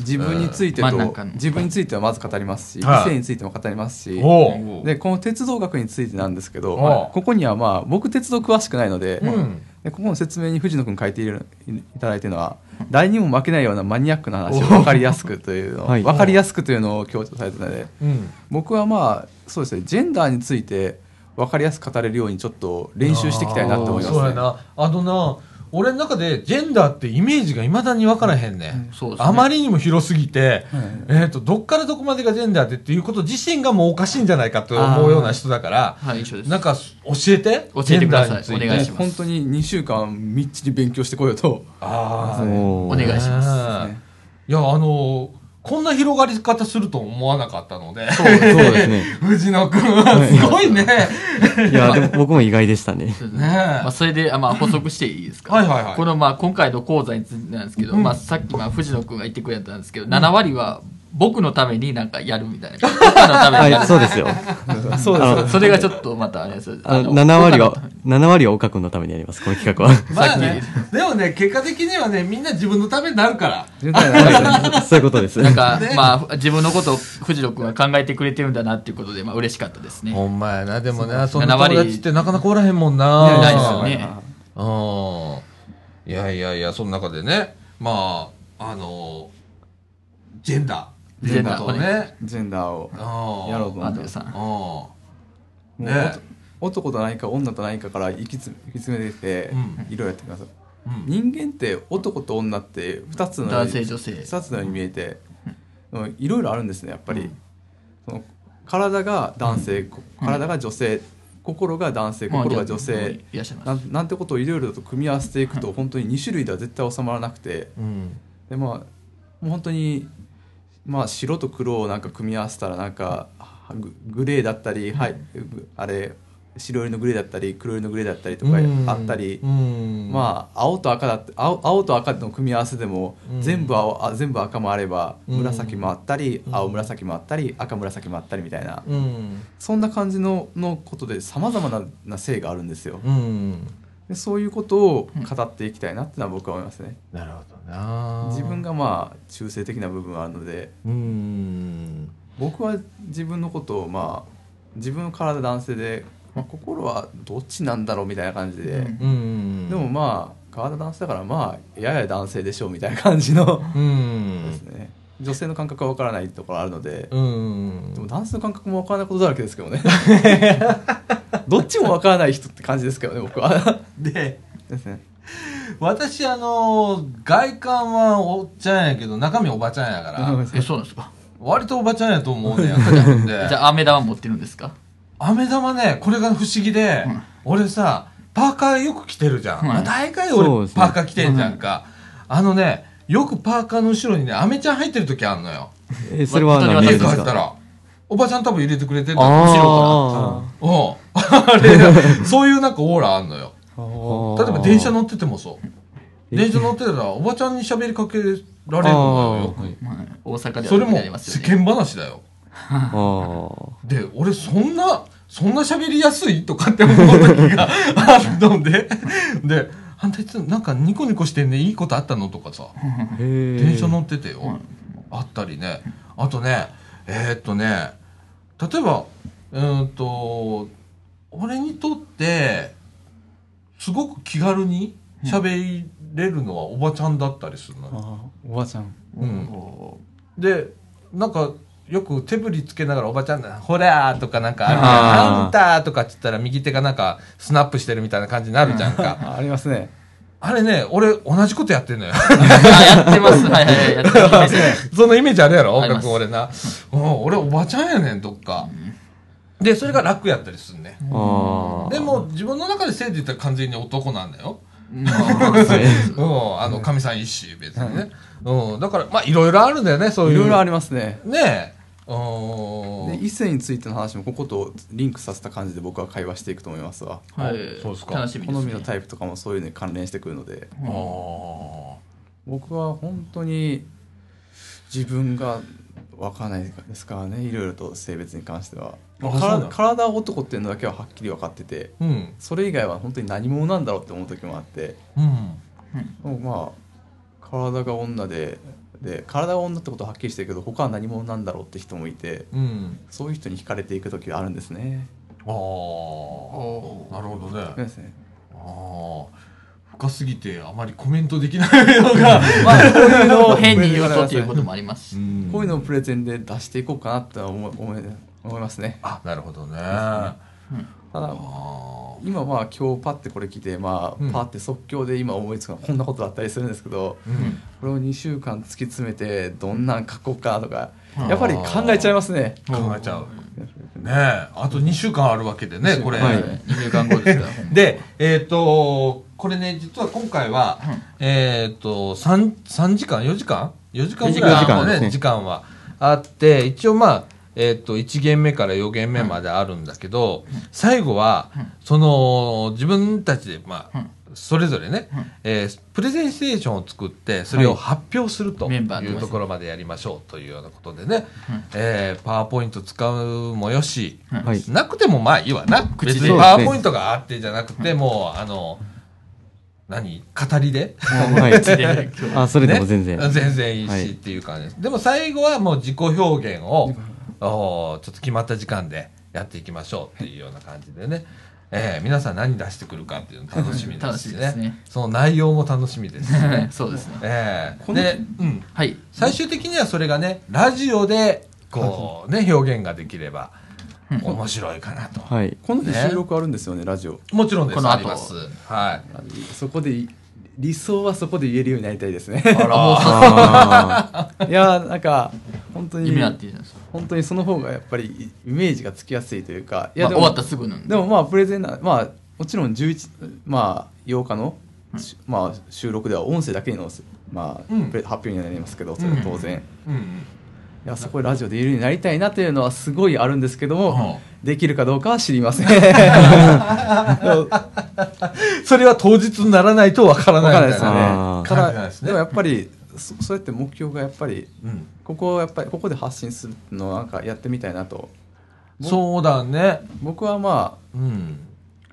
Speaker 4: 自分について
Speaker 3: うん
Speaker 4: と、
Speaker 3: 真ん中の
Speaker 4: 自分についてはまず語りますし、
Speaker 1: はい
Speaker 4: 異性についても語りますし、
Speaker 1: おう
Speaker 3: おう
Speaker 4: でこの鉄道学についてなんですけど、
Speaker 1: おう
Speaker 4: ここにはまあ僕鉄道詳しくないので,、
Speaker 1: うん
Speaker 4: でここの説明に藤野君書いているいただいてるのは誰にも負けないようなマニアックな話を分かりやすく
Speaker 1: *laughs*
Speaker 4: というのを、
Speaker 2: はい
Speaker 4: 分かりやすくというのを強調されてたので
Speaker 1: うん。
Speaker 4: 僕はまあそうですねジェンダーについて分かりやすく語れるようにちょっと練習していきたいなと思います、ね
Speaker 1: あーそうやな。あのな、俺の中でジェンダーってイメージがいまだに分からへんね、ん。
Speaker 3: そうですね
Speaker 1: あまりにも広すぎて、えっ、と、どっからどこまでがジェンダーでっていうこと自身がもうおかしいんじゃないかと思うような人だから、
Speaker 3: はい一緒です
Speaker 1: なんか教えて。
Speaker 3: 教えてください
Speaker 1: ジェンダーにつて
Speaker 3: お願いします
Speaker 4: もう本当に2週間みっちり勉強してこようと
Speaker 1: ああ、
Speaker 2: お
Speaker 3: お
Speaker 2: ー
Speaker 3: 願いします
Speaker 1: ねいや、あのこんな広がり方すると思わなかったので。
Speaker 2: そうですね。
Speaker 1: *laughs* 藤野くんはすご *laughs* いね。
Speaker 2: いや、でも僕も意外でしたね。
Speaker 3: そうです
Speaker 1: ねえ
Speaker 3: ねまあ、それで、あまあ、補足していいですか
Speaker 1: はいはいはい
Speaker 3: この、まあ、今回の講座についてなんですけど、まあ、さっき、まあ、藤野くんが言ってくれたんですけど、7割は僕のためになんかやるみたいな。僕のためにや
Speaker 2: は
Speaker 3: る
Speaker 2: い、そうですよ。
Speaker 4: そうです
Speaker 3: それがちょっとまたあれです
Speaker 2: あの7割は
Speaker 3: 他の、
Speaker 2: 7割は岡君のためにやります、この企画は。
Speaker 1: まあね、でもね、結果的にはね、みんな自分のためになるから。
Speaker 4: ジェンダーにな
Speaker 2: *laughs*
Speaker 4: る
Speaker 2: そういうことです。
Speaker 3: なんか、
Speaker 1: ね
Speaker 3: まあ、自分のことを藤野くんが考えてくれてるんだなっていうことで、まあ、嬉しかったですね。
Speaker 1: ほんまやな、でもな、そ
Speaker 3: うん
Speaker 1: な友達ってなかなかおらへんもんな。
Speaker 3: いないですよね
Speaker 1: うん。いやいやいや、その中でね、まあ、あの、ジェンダー。
Speaker 3: ジェンダー
Speaker 1: とね。
Speaker 4: ジェンダーを
Speaker 1: うん
Speaker 4: やろうと思
Speaker 3: アン
Speaker 4: って
Speaker 3: ドレさん。
Speaker 1: うん。
Speaker 4: もう
Speaker 1: ね。
Speaker 4: 男と何か女と何かから行きつ行き詰めてきて
Speaker 1: うん
Speaker 4: いろいろやってきます、
Speaker 1: うん
Speaker 4: 人間って男と女って2つのよう
Speaker 3: 男性、
Speaker 4: に
Speaker 3: 女性。
Speaker 4: 2つのように見えてうんいろいろあるんですねやっぱり、その体が男性、こ体が女性心が男性心が女性、
Speaker 3: いらっしゃい
Speaker 4: な
Speaker 3: ます。
Speaker 4: んなんてことをいろいろと組み合わせていくと本当に2種類では絶対収まらなくて、
Speaker 1: うん。
Speaker 4: でまあもう本当にまあ白と黒をなんか組み合わせたらなんかはググレーだったり、はいぐあれ白寄りのグレーだったり黒寄りのグレーだったりとかあったり、
Speaker 1: うん。あ、
Speaker 4: まあ青と赤だって青青と赤の組み合わせでも
Speaker 1: うん
Speaker 4: 全部青、あ全部赤もあれば
Speaker 1: うん
Speaker 4: 紫もあったり、青紫もあったり赤紫もあったりみたいな、
Speaker 1: うん。
Speaker 4: そんな感じののことでさまざまなな性があるんですよ。
Speaker 1: うん。
Speaker 4: でそういうことを語っていきたいなってのは僕は思いますね。
Speaker 1: なるほどな。
Speaker 4: 自分がまあ中性的な部分はあるので
Speaker 1: うん。
Speaker 4: 僕は自分のことをまあ自分の体男性で、まあ、心はどっちなんだろうみたいな感じで、
Speaker 3: うん
Speaker 1: うん。
Speaker 4: でも、まあ体男性だからまあやや男性でしょうみたいな感じの、
Speaker 1: うん。
Speaker 4: ですね女性の感覚は分からないところあるので、
Speaker 1: うん
Speaker 4: でも男性の感覚も分からないことだらけですけどね *laughs* どっちも分からない人って感じですけどね僕は
Speaker 1: で
Speaker 4: ですね
Speaker 1: 私あの外観はおっちゃんやけど中身おばちゃんやから
Speaker 3: え、そうなんですか。
Speaker 1: 割とおばちゃんやと思うねやんで
Speaker 3: じゃあ、飴玉持ってるんですか
Speaker 1: 飴玉ねこれが不思議で、
Speaker 3: うん
Speaker 1: 俺さパーカーよく着てるじゃん、
Speaker 3: はい
Speaker 1: まあ大概
Speaker 2: そうで
Speaker 1: 俺
Speaker 2: すね
Speaker 1: パーカー着てんじゃんか、あのねよくパーカーの後ろにね飴ちゃん入ってる時あんのよ
Speaker 2: え、それは
Speaker 3: 本当
Speaker 2: 何
Speaker 3: に
Speaker 2: 理
Speaker 1: 家
Speaker 2: 由
Speaker 1: 帰
Speaker 2: で
Speaker 1: った
Speaker 2: すから
Speaker 1: おばちゃん多分入れてくれてんだよ
Speaker 2: あ
Speaker 1: うんあれそういうなんかオーラあんのよ
Speaker 2: ー
Speaker 1: 例えば電車乗っててもそう
Speaker 2: え
Speaker 1: 電車乗ってたらおばちゃんに喋りかけられるのよよく
Speaker 3: まあ、大阪で
Speaker 1: そ
Speaker 3: は
Speaker 1: れ
Speaker 3: よく
Speaker 1: も
Speaker 3: やります
Speaker 1: 世
Speaker 3: よね。
Speaker 1: 間話だよ
Speaker 2: あー。
Speaker 1: で俺そんなそんな喋りやすいとかって思う時があるのでで「あんたいつなんかニコニコしてんねいいことあったの?」とかさ
Speaker 2: へえ。
Speaker 1: 電車乗っててよ、あったりねあとねえーっとね例えばうーんと俺にとってすごく気軽に喋れるのはおばちゃんだったりするのよ、
Speaker 4: おばちゃん
Speaker 1: うん
Speaker 3: お
Speaker 1: でなんかよく手振りつけながらおばちゃんが「ほら」とかなんかあるじゃん
Speaker 2: あー
Speaker 1: あんた」とかっつったら右手がなんかスナップしてるみたいな感じになるじゃんか
Speaker 4: あありますね
Speaker 1: あれね俺同じことやってんのよ
Speaker 3: あ、やってます。はいはいはい。やってま
Speaker 1: *laughs*
Speaker 3: す。
Speaker 1: そのイメージあるやろ
Speaker 3: あ
Speaker 1: 音
Speaker 3: ります
Speaker 1: 楽俺な、うん、俺おばちゃんやねんどっかでそれが楽やったりすんね
Speaker 2: ああ。
Speaker 1: でも自分の中で性って言ったら完全に男なんだよ
Speaker 3: まあそうです
Speaker 1: うんあのかみさん一種別にね、うん、だからまあいろいろあるんだよねそうい
Speaker 4: いうろいろありますね
Speaker 1: ねえお
Speaker 4: で
Speaker 1: ー
Speaker 4: 異性についての話もこことリンクさせた感じで僕は会話していくと思いますわ
Speaker 3: はい
Speaker 1: そうですか
Speaker 3: 楽しみで
Speaker 4: 好
Speaker 3: す、ね
Speaker 4: みのタイプとかもそういうのに関連してくるので
Speaker 1: あ
Speaker 3: うん
Speaker 1: ー
Speaker 4: 僕は本当に自分が分からないですからねいろいろと性別に関しては
Speaker 1: あ
Speaker 4: か
Speaker 1: そうな
Speaker 4: ら
Speaker 1: の
Speaker 4: 体は男っていうのだけははっきり分かってて
Speaker 1: うん
Speaker 4: それ以外は本当に何者なんだろうって思う時もあって
Speaker 1: うん
Speaker 4: もうまあ体が女でで体が女ってことははっきりしてるけど他は何者なんだろうって人もいて
Speaker 1: うん
Speaker 4: そういう人に惹かれていく時があるんですね。
Speaker 1: ああなるほどね
Speaker 4: そうですね
Speaker 1: ああ深すぎてあまりコメントできないのが、
Speaker 3: まあ、こういうのを変に言うとっていうこともありますし、
Speaker 4: こういうのをプレゼンで出していこうかなって思い思い思いますね。
Speaker 1: あなるほどね
Speaker 4: ただ
Speaker 1: あ
Speaker 4: 今まあ今日パッてこれ来てま
Speaker 1: うん
Speaker 4: あパッて即興で今思いつくのはこんなことだったりするんですけど、
Speaker 1: うん
Speaker 4: これを2週間突き詰めてどんなん書こうかとか
Speaker 3: うん
Speaker 4: やっぱり考えちゃいますね。
Speaker 1: 考えちゃうねえあと2週間あるわけでねこれ、
Speaker 2: はい
Speaker 3: 2週間後ですからほんま
Speaker 1: でえっ、とこれね実は今回は、えっ、と 3, 3時間4時間4時間ぐらい
Speaker 3: 4時間
Speaker 1: ある
Speaker 2: ですね
Speaker 1: 時間はあって一応まあえっと1限目から4限目まであるんだけど、最後は、その自分たちで、まあ
Speaker 3: うん
Speaker 1: それぞれね、
Speaker 3: うん
Speaker 1: えープレゼンステーションを作ってそれを発表すると
Speaker 3: はい
Speaker 1: い
Speaker 3: メンバーと
Speaker 1: うところまでやりましょうというようなことでね、
Speaker 3: うん
Speaker 1: えーパワーポイント使うもよし、
Speaker 3: うん
Speaker 2: はい
Speaker 1: なくてもまあいいわな。
Speaker 3: 口
Speaker 1: 別
Speaker 3: で
Speaker 1: にパワーポイントがあってじゃなくて、もう、あの、何語りで
Speaker 2: はい。
Speaker 3: で今日
Speaker 2: *laughs* あ、それでも全然。
Speaker 1: ね全然いい
Speaker 2: はい
Speaker 1: しっていう感じです。でも最後はもう自己表現を、おーちょっと決まった時間でやっていきましょうっていうような感じでね。えー皆さん何出してくるかっていうの楽しみですし
Speaker 3: 楽しみです
Speaker 1: ね
Speaker 3: ね。。
Speaker 1: その内容も楽しみですしね
Speaker 3: *laughs* *laughs* そうですね
Speaker 1: えー
Speaker 4: この
Speaker 1: で、うん。
Speaker 3: はい
Speaker 1: 最終的にはそれがね、ラジオで、こうね、表現ができれば
Speaker 3: うん
Speaker 1: 面白いかなと。
Speaker 2: はい。
Speaker 4: この日
Speaker 1: ね
Speaker 4: 収録あるんですよねラジオ。
Speaker 1: もちろんです。
Speaker 3: この後
Speaker 1: あります。はい。
Speaker 4: あのそこで理想はそこで言えるようになりたいですね。
Speaker 1: あら、
Speaker 4: *laughs*
Speaker 1: *laughs*
Speaker 2: あ
Speaker 4: いやーなんか本当に
Speaker 3: 夢あっていいじゃないですか、
Speaker 4: 本当にその方がやっぱりイメージがつきやすいというか。い
Speaker 3: ま
Speaker 4: や
Speaker 3: あ、
Speaker 4: で
Speaker 3: 終
Speaker 4: も
Speaker 3: わったすぐなんで
Speaker 4: でもまあプレゼンなまあもちろん11まあ8日の、しまあ収録では音声だけのまあ、
Speaker 1: うん
Speaker 4: プレ発表になりますけどそれは当然、い
Speaker 1: うん
Speaker 4: やそこでラジオでいるようになりたいなというのはすごいあるんですけど
Speaker 1: うん
Speaker 4: も、できるかどうかは知り
Speaker 1: *laughs*
Speaker 4: ません
Speaker 1: うん、それは当日にならないとわから
Speaker 4: 分
Speaker 1: な
Speaker 4: か
Speaker 1: い
Speaker 4: らない
Speaker 1: みたい
Speaker 4: ですよ
Speaker 1: な
Speaker 4: ね
Speaker 2: あー
Speaker 4: た
Speaker 1: わからない
Speaker 4: だ
Speaker 1: ですね
Speaker 4: でもやっぱりそそうやって目標がやっぱり
Speaker 1: うん
Speaker 4: ここをやっぱりここで発信するのはなんかやってみたいなと
Speaker 1: そうだね。
Speaker 4: 僕はまあ
Speaker 1: うん。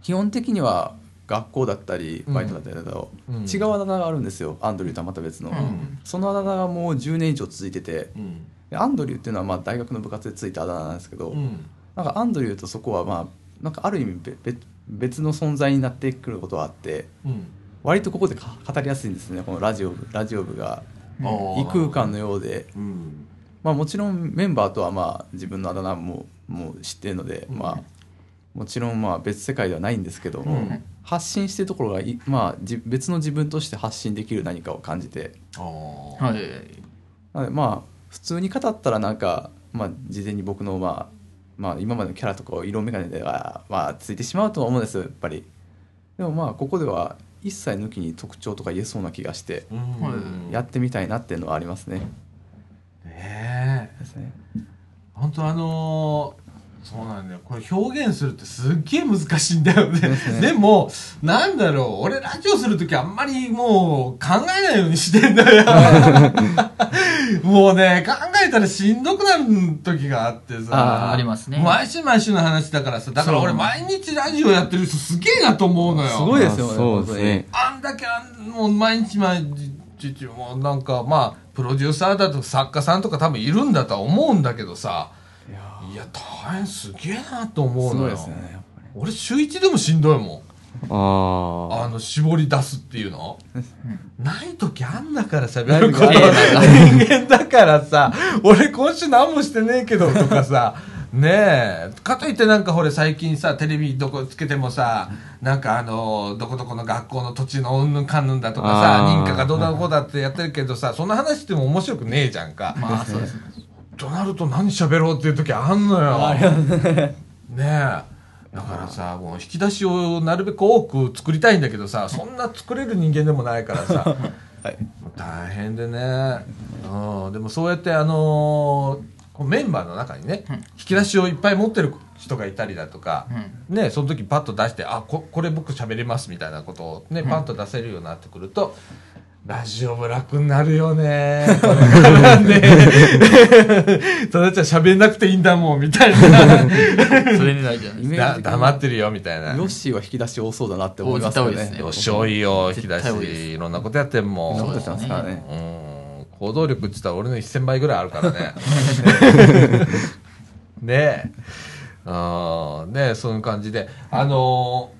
Speaker 4: 基本的には学校だったりバイトだったりだと、
Speaker 1: うんうん
Speaker 4: 違うあだ名があるんですよアンドリューとはまた別の、
Speaker 1: ん
Speaker 4: そのあだ名がもう10年以上続いてて
Speaker 1: うん。
Speaker 4: でアンドリューっていうのはまあ大学の部活でついたあだ名なんですけど、
Speaker 1: うん。
Speaker 4: なんかアンドリューとそこはまあなんかある意味べべ別の存在になってくることはあって
Speaker 1: うん。
Speaker 4: 割とここでか語りやすいんですねこのラジオ部ラジオ部が
Speaker 1: あー
Speaker 4: 異空間のようで、
Speaker 1: うん。
Speaker 4: まあ、もちろんメンバーとはまあ自分のあだ名ももう知ってるので、まあ、もちろんまあ別世界ではないんですけども、
Speaker 1: うん
Speaker 4: 発信してるところがい、まあ、じ別の自分として発信できる何かを感じて
Speaker 1: あー
Speaker 3: はい
Speaker 4: なのでまあ普通に語ったらなんか、まあ、事前に僕の、まあまあ、今までのキャラとかを色眼鏡では、まあ、ついてしまうとは思うんですよやっぱり。でもまあここでは一切抜きに特徴とか言えそうな気がして
Speaker 1: うん
Speaker 3: はい
Speaker 4: やってみたいなっていうのはありますね。
Speaker 1: ねえ。
Speaker 4: ですね
Speaker 1: 本当あのーそうなんだよ。これ表現するってすっげえ難しいんだよ
Speaker 3: *laughs*
Speaker 1: ね。でも、なんだろう。俺ラジオするときあんまりもう考えないようにしてんだよ。
Speaker 3: *laughs*
Speaker 1: もうね、考えたらしんどくなる時があってさ。
Speaker 3: あーありますね
Speaker 1: 毎週毎週の話だからさ。だから俺
Speaker 3: そう
Speaker 1: 毎日ラジオやってる人すげえなと思うのよ。
Speaker 4: すごいですよね
Speaker 2: あそうですね。
Speaker 1: あんだけあんもう毎日毎日もうなんかまあプロデューサーだとか作家さんとか多分いるんだとは思うんだけどさ
Speaker 4: いや
Speaker 1: いや大変すげえなと思う
Speaker 4: す
Speaker 1: の
Speaker 4: ご
Speaker 1: よ
Speaker 4: いですよねやっぱり
Speaker 1: 俺週一でもしんどいもん
Speaker 2: あ
Speaker 1: あ
Speaker 2: あ。
Speaker 1: の絞り出すっていうのない時あんだから喋
Speaker 4: *laughs* ない
Speaker 1: るこ
Speaker 4: 時
Speaker 1: と
Speaker 4: ある
Speaker 1: 人間だからさ *laughs* 俺今週何もしてねえけどとかさねえかといってなんかほれ最近さテレビどこつけてもさなんかあのどこどこの学校の土地のうんぬんかんぬんだとかさ
Speaker 2: あー
Speaker 1: 認可がどうだこうだってやってるけどさそんな話しても面白くねえじゃんか、
Speaker 3: まあそうですね
Speaker 1: となると何喋ろうっていう時あんのよねえだからさもう引き出しをなるべく多く作りたいんだけどさそんな作れる人間でもないからさ
Speaker 4: はい
Speaker 1: もう大変でね、うん、でもそうやってあのーこうメンバーの中にね、
Speaker 3: うん
Speaker 1: 引き出しをいっぱい持ってる人がいたりだとか、ね、その時パッと出してあここれ僕喋れますみたいなことを、ね、パッと出せるようになってくると、ラジオブラックになるよ
Speaker 3: *laughs*
Speaker 1: ね。これからね。ただちゃん喋んなくていいんだもん、みたいな。
Speaker 3: それにないじゃないです
Speaker 4: イメー
Speaker 1: だ
Speaker 4: ジ的に
Speaker 1: 黙ってるよ、みたいな。
Speaker 4: ヨッシーは引き出し多そうだなって思いますよ
Speaker 3: 多いですね
Speaker 4: ね。
Speaker 1: よし多いよ、引き出
Speaker 3: 絶対多いです
Speaker 1: し、いろんなことやってんもん。
Speaker 4: そ
Speaker 3: そうう
Speaker 4: で
Speaker 3: ですすね
Speaker 4: からね。
Speaker 1: うん行動力って言ったら俺の1000倍ぐらいあるからね。ねえ。あーねえそういう感じで。あのー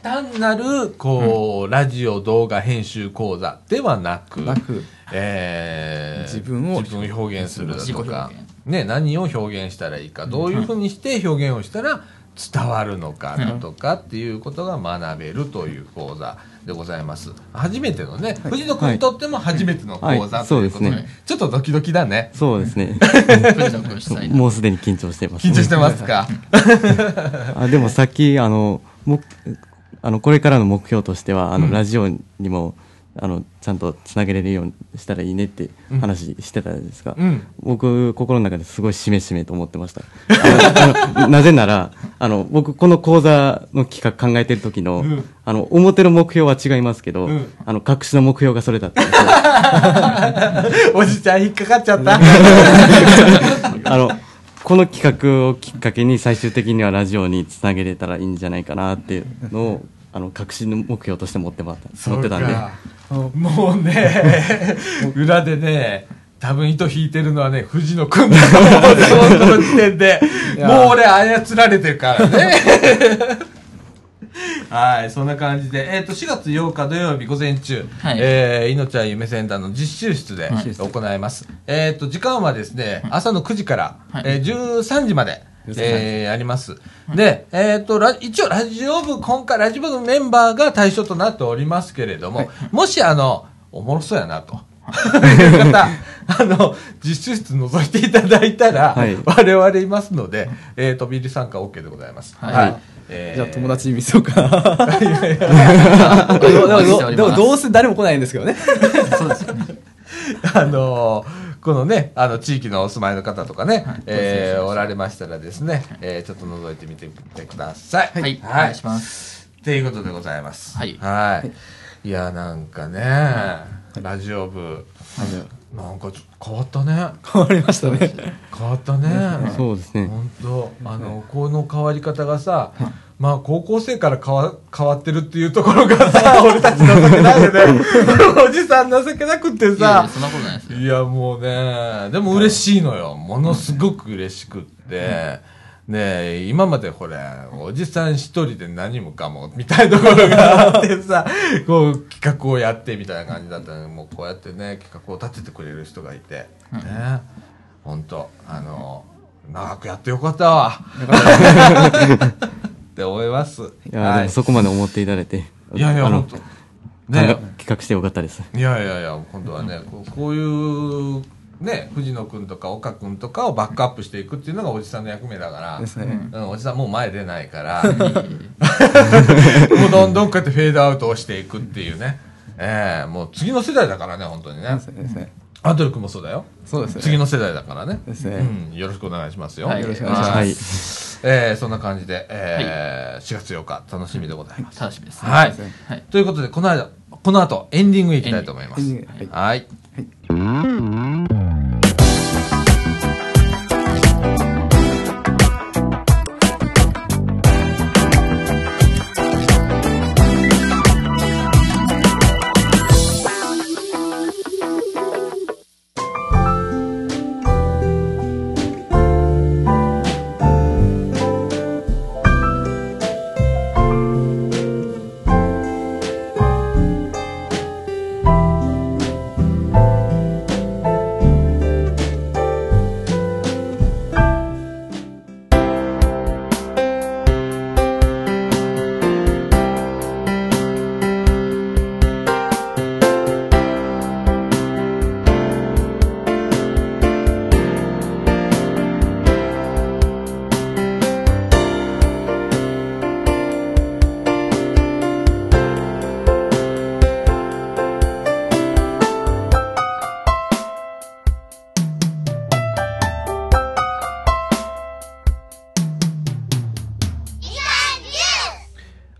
Speaker 1: 単なる、こう、ラジオ動画編集講座ではなく、
Speaker 4: なく
Speaker 1: えー
Speaker 4: 自分を
Speaker 1: 自分を表現するだ
Speaker 3: 自己
Speaker 1: と
Speaker 3: 表
Speaker 1: か
Speaker 3: 現、
Speaker 1: ね、何を表現したらいいか、どういうふうにして表現をしたら伝わるのかだとかっていうことが学べるという講座でございます。初めてのね、藤野君にとっても初めての講
Speaker 2: は
Speaker 1: 座
Speaker 2: い
Speaker 1: ということで、
Speaker 2: そうです
Speaker 1: ちょっとドキドキだね。
Speaker 2: そうですね。
Speaker 1: *laughs*
Speaker 3: か。藤野君主催の。
Speaker 2: もうすでに緊張してます、
Speaker 1: 緊張してますか。
Speaker 2: あでもさっきあのもあのこれからの目標としてはあの、ラジオにもあのちゃんとつなげれるようにしたらいいねって話してたじゃないですか、
Speaker 1: うん
Speaker 2: 僕心の中ですごいしめしめと思ってましたあのあの *laughs* なぜならあの僕この講座の企画考えてる時の,、
Speaker 1: ん
Speaker 2: あの表の目標は違いますけど、
Speaker 1: うん
Speaker 2: あの隠しの目標がそれだったんですよ
Speaker 1: おじちゃん引っかかっちゃった。
Speaker 2: あの、この企画をきっかけに最終的にはラジオにつなげれたらいいんじゃないかなっていうのを、あの、確信の目標として持ってまった、持ってたんで。
Speaker 1: そうかもう *laughs* ね、裏でね、多分糸引いてるのはね、藤野君だと思う、その時点で。
Speaker 4: い
Speaker 1: *laughs*
Speaker 4: やー
Speaker 1: もう俺操られてるから *laughs* ね。はい、そんな感じで、えっ、と、4月8日土曜日午前中、
Speaker 3: はい
Speaker 1: えー、いのちゃん夢センターの実習室で
Speaker 3: はい
Speaker 1: 行います。えっ、と、時間はですね、朝の9時から、
Speaker 3: はい
Speaker 1: えー13時まで、えーあります。で、えっ、と、ラ一応、ラジオ部、今回、ラジオ部のメンバーが対象となっておりますけれども、もし、あの、おもろそうやなと。いう方、あの、実習室覗いていただいたら、
Speaker 2: はい
Speaker 1: 我々いますので、えー、飛び入り参加 OK でございます。
Speaker 3: はい
Speaker 1: えー
Speaker 4: じゃあ友達に見せようかな。
Speaker 3: 僕
Speaker 4: でも
Speaker 3: は用意し
Speaker 4: で
Speaker 3: てお
Speaker 4: も
Speaker 3: り
Speaker 4: で
Speaker 3: ま
Speaker 4: も
Speaker 3: す
Speaker 4: どうせ誰も来ないんですけどね。
Speaker 3: そうですよね。
Speaker 1: *laughs* あのーこのね、あの、地域のお住まいの方とかね、えーおられましたらですね、えーちょっと覗いてみてください。
Speaker 3: はい、お願いします。
Speaker 1: っていうことでございます。
Speaker 3: はい
Speaker 1: い。いや、なんかね、ラジオ部、なんかちょっと変わったね。
Speaker 4: 変わりましたね。
Speaker 1: 変わったね。
Speaker 2: そうですね。
Speaker 1: 本当あの、この変わり方がさ、まあ、高校生から変わ変わってるっていうところがさ、俺たち情けない
Speaker 3: *laughs*
Speaker 1: よね。おじさん情けなくって
Speaker 3: いやいや
Speaker 1: さ、
Speaker 3: そんなことないですよ。
Speaker 1: いやもうねでも嬉しいのよものすごく嬉しくって、ね今までほれおじさん一人で何もかもみたいなところがあって *laughs* さこう企画をやってみたいな感じだったのにもうこうやってね企画を立ててくれる人がいて、ね本当あの長くやってよかったわ *laughs* って思います。
Speaker 2: いや、でもそこまで思っていただいて。
Speaker 1: いやいや
Speaker 2: あの、
Speaker 1: 本
Speaker 2: 考
Speaker 1: 当
Speaker 2: え
Speaker 1: ね
Speaker 2: 企画してよかったです。
Speaker 1: いやいやいや今度はねこうこういうね藤野君とか岡君とかをバックアップしていくっていうのがおじさんの役目だから
Speaker 4: ですね。
Speaker 1: うん、おじさんもう前出ないから *laughs* もうどんどんこうやってフェードアウトをしていくっていうねええもう次の世代だからね本当にね
Speaker 4: ですね。
Speaker 1: アドル君もそうだよ
Speaker 4: そうですね。
Speaker 1: 次の世代だからね
Speaker 4: ですね
Speaker 1: うん、よろしくお願いしますよ、
Speaker 3: はいよろしくお願いします
Speaker 2: はい。
Speaker 1: ええそんな感じで、ええ4月8日楽しみでございます
Speaker 3: 楽しみです。
Speaker 1: はい
Speaker 4: そうですね。
Speaker 3: はい。
Speaker 1: ということでこの間この後エンディングいきたいと思います
Speaker 4: エンディングエンディング
Speaker 1: はい
Speaker 5: 「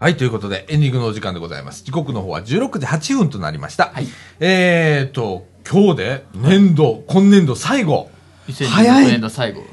Speaker 1: はい、ということで、エンディングのお時間でございます。時刻の方は16時8分となりました。えーと、今日で年度、今年度最後。
Speaker 3: 2020年度最後。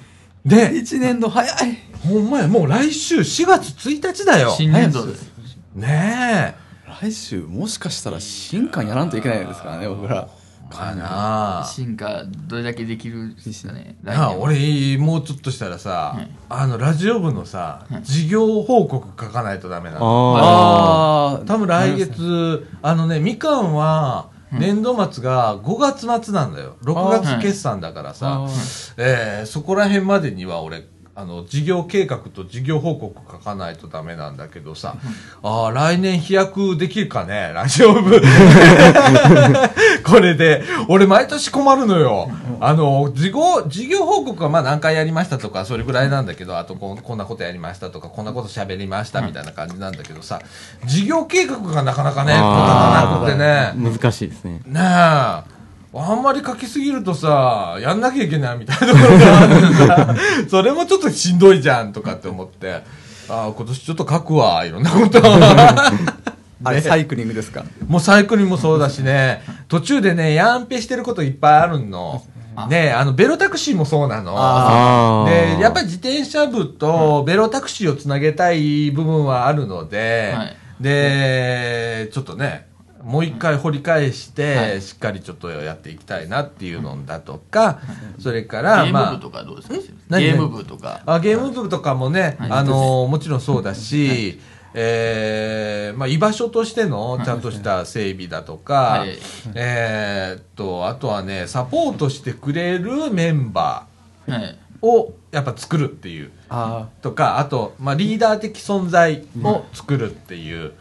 Speaker 1: で、
Speaker 4: 1年度早い
Speaker 1: ほんまや、もう来週4月1日だよ。
Speaker 3: 新年度です。
Speaker 1: ね
Speaker 4: 来週もしかしたら新刊やらんといけないですからね僕ら
Speaker 1: え。かなあ
Speaker 3: 進化、どれだけできるですかね。来
Speaker 1: なあ
Speaker 3: 年は。
Speaker 1: 俺、もうちょっとしたらさ、
Speaker 3: はい
Speaker 1: あの、ラジオ部のさ、事業報告書かないとダメなの。
Speaker 2: あ
Speaker 4: あー
Speaker 1: 多分来月、あのね、みかんは、年度末が5月末なんだよ。6
Speaker 3: あーは
Speaker 1: 月
Speaker 3: い
Speaker 1: 決算だからさ、
Speaker 4: あー
Speaker 1: えーそこら辺までには俺、あの、事業計画と事業報告書かないとダメなんだけどさ、ああ、来年飛躍できるかね、ラジオ部。 *laughs* これで、俺毎年困るのよ。あの、事業、事業報告はまあ何回やりましたとか、それぐらいなんだけど、あとこんこんなことやりましたとか、こんなこと喋りましたみたいな感じなんだけどさ、事業計画がなかなかね、立
Speaker 2: あ
Speaker 1: た
Speaker 2: ー
Speaker 1: なくてね。
Speaker 2: あ、難しいですね。
Speaker 1: ねえあんまり書きすぎるとさやんなきゃいけないみたいなところがあるん
Speaker 2: *laughs*
Speaker 1: だそれもちょっとしんどいじゃんとかって思ってああ今年ちょっと書くわいろんなこと
Speaker 2: *laughs*
Speaker 4: あれサイクリングですか
Speaker 1: もうサイクリングもそうだしね途中でねやんぺしてることいっぱいあるのねえあのベロタクシーもそうなの
Speaker 2: ああ。
Speaker 1: でやっぱり自転車部とベロタクシーをつなげたい部分はあるので、
Speaker 3: はい
Speaker 1: でちょっとねもう一回掘り返して、
Speaker 3: はい
Speaker 1: しっかりちょっとやっていきたいなっていうのだとか、それか
Speaker 3: ゲ
Speaker 1: ら、
Speaker 3: ー
Speaker 1: ま
Speaker 3: ム
Speaker 1: あ
Speaker 3: 部とかどうですか
Speaker 1: 何
Speaker 3: ゲーム部とか。
Speaker 1: あゲーム部とかもね、
Speaker 3: はい
Speaker 1: あのもちろんそうだし、えーまあ、居場所としてのちゃんとした整備だとか、
Speaker 3: はい
Speaker 1: えーっとあとはねサポートしてくれるメンバ
Speaker 3: はい。
Speaker 1: ーをやっぱ作るっていう。
Speaker 4: あ
Speaker 1: とかあと、まあ、リーダー的存在を作るっていう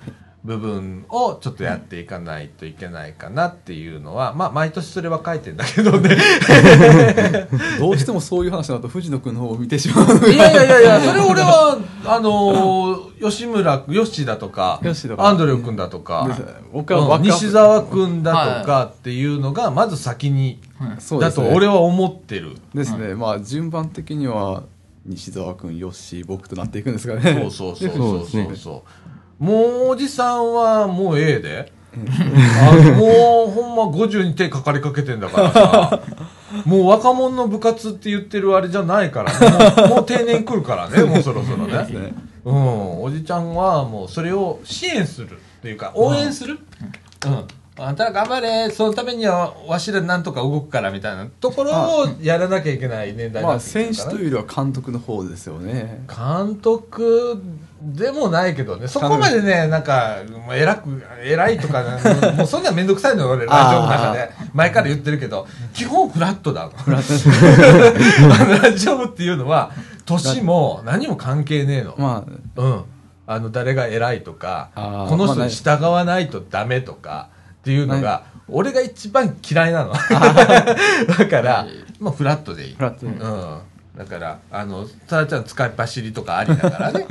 Speaker 1: 部分をちょっとやっていかないといけないかなっていうのは、まあ、毎年それは書いてんだけど
Speaker 3: *laughs*
Speaker 1: ね
Speaker 4: あどうしてもそういう話だと藤野君の方を見てしまうのが
Speaker 1: いやいやいやい
Speaker 4: *laughs*
Speaker 1: やそれ俺はあのー吉村ヨッシーだとか
Speaker 4: ヨッシーとか
Speaker 1: アンドレオ君だとか
Speaker 4: ですね僕は若
Speaker 1: うん西澤君だとかっていうのがまず先に、
Speaker 4: そうで
Speaker 1: だ
Speaker 4: す
Speaker 1: と
Speaker 4: ね
Speaker 1: 俺は思ってる。
Speaker 4: ですね、まあ順番的には西澤君よっしー僕となっていくんですかね
Speaker 1: そうそうそう
Speaker 2: そう
Speaker 1: そう
Speaker 2: です
Speaker 1: そ
Speaker 2: ね
Speaker 1: うそう。もうおじさんはもう A で。あのもうほんま50に手かかりかけてんだからさ。もう若者の部活って言ってるあれじゃないからね。もうもう定年来るからね、もうそろそろ
Speaker 4: です
Speaker 1: ね。
Speaker 4: ね
Speaker 1: うん、おじちゃんはもうそれを支援するっていうか、応援する。うん。あんたら頑張れ、そのためにはわしらなんとか動くからみたいなところをやらなきゃいけない年代にな
Speaker 4: まあ
Speaker 1: ってきてる
Speaker 4: 選
Speaker 1: か
Speaker 4: 手
Speaker 1: らね
Speaker 4: というよりは監督の方ですよね
Speaker 1: 監督でもないけどね、そこまでね、なんか、もう偉く、偉いとか、もうそんなめんどくさいのよ、俺、ラジオの中で。前から言ってるけど、基本フラットだ。あのラジオ部っていうのは、年も何も関係ねえの。
Speaker 4: ま
Speaker 1: うん。あの、誰が偉いとか
Speaker 4: あ、ー
Speaker 1: この人に従わないとダメとか、っていうのが、俺が一番嫌いなの。 *laughs* だから、もうフラットでいい
Speaker 4: あ。フラットに
Speaker 1: うん。だから、あの、ただちゃん使いっ走りとかありだから
Speaker 3: *laughs*
Speaker 1: ね。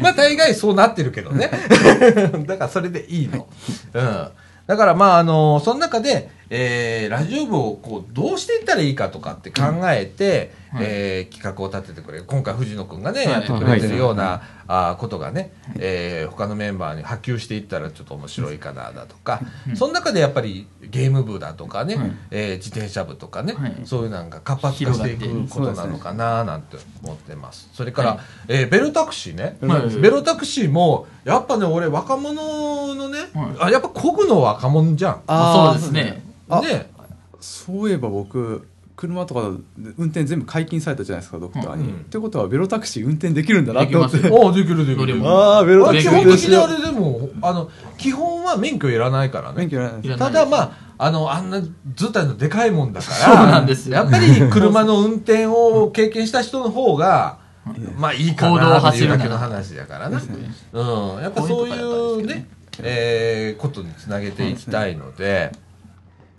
Speaker 1: まあ大概そうなってるけどね。 *laughs* だからそれでいいの。うん。だからまああの、その中で、えーラジオ部をこう、どうしていったらいいかとかって考えて、えー企画を立ててくれる。今回藤野くんがね、
Speaker 3: はい
Speaker 1: やってくれてるような、あーことがね、えー他のメンバーに波及していったらちょっと面白いかなだとか、その中でやっぱりゲーム部だとかね、えー自転車部とかね、
Speaker 3: はい
Speaker 1: そういうなんか活発化していくことなのかななんて思ってます。それから、
Speaker 3: はい
Speaker 1: えーベルタクシーね、
Speaker 3: はい
Speaker 1: ベロタクシーもやっぱね俺若者のね、
Speaker 3: は
Speaker 1: あやっぱこぐの若者じゃん。
Speaker 3: まあそ
Speaker 4: ー
Speaker 3: うですね。
Speaker 4: あ
Speaker 1: ね
Speaker 4: そういえば僕車とか運転全部解禁されたじゃないですかドクターに、
Speaker 1: うん
Speaker 4: ってことはベロタクシー運転できるんだなって思って
Speaker 3: できま
Speaker 1: ああできるでき
Speaker 3: 乗り
Speaker 1: る。
Speaker 3: 物
Speaker 1: あ
Speaker 4: ああベロタク
Speaker 1: 基
Speaker 4: シー
Speaker 1: 本
Speaker 4: 運
Speaker 1: 的
Speaker 4: 転し
Speaker 1: に
Speaker 4: よ
Speaker 1: あ
Speaker 4: う
Speaker 1: れでもあの基本は免許いらないからね
Speaker 4: 免。許いらないです
Speaker 3: いらない
Speaker 1: ただまああのあんな図体のでかいもんだから
Speaker 3: そうなんですよ
Speaker 1: やっぱり車の運転を経験した人の方がまあいいか
Speaker 3: 行動を
Speaker 1: なっていう
Speaker 3: 走る
Speaker 1: だ
Speaker 3: なら
Speaker 1: けの話だからな、うん、やっぱそういうねえーことにつなげていきたいので、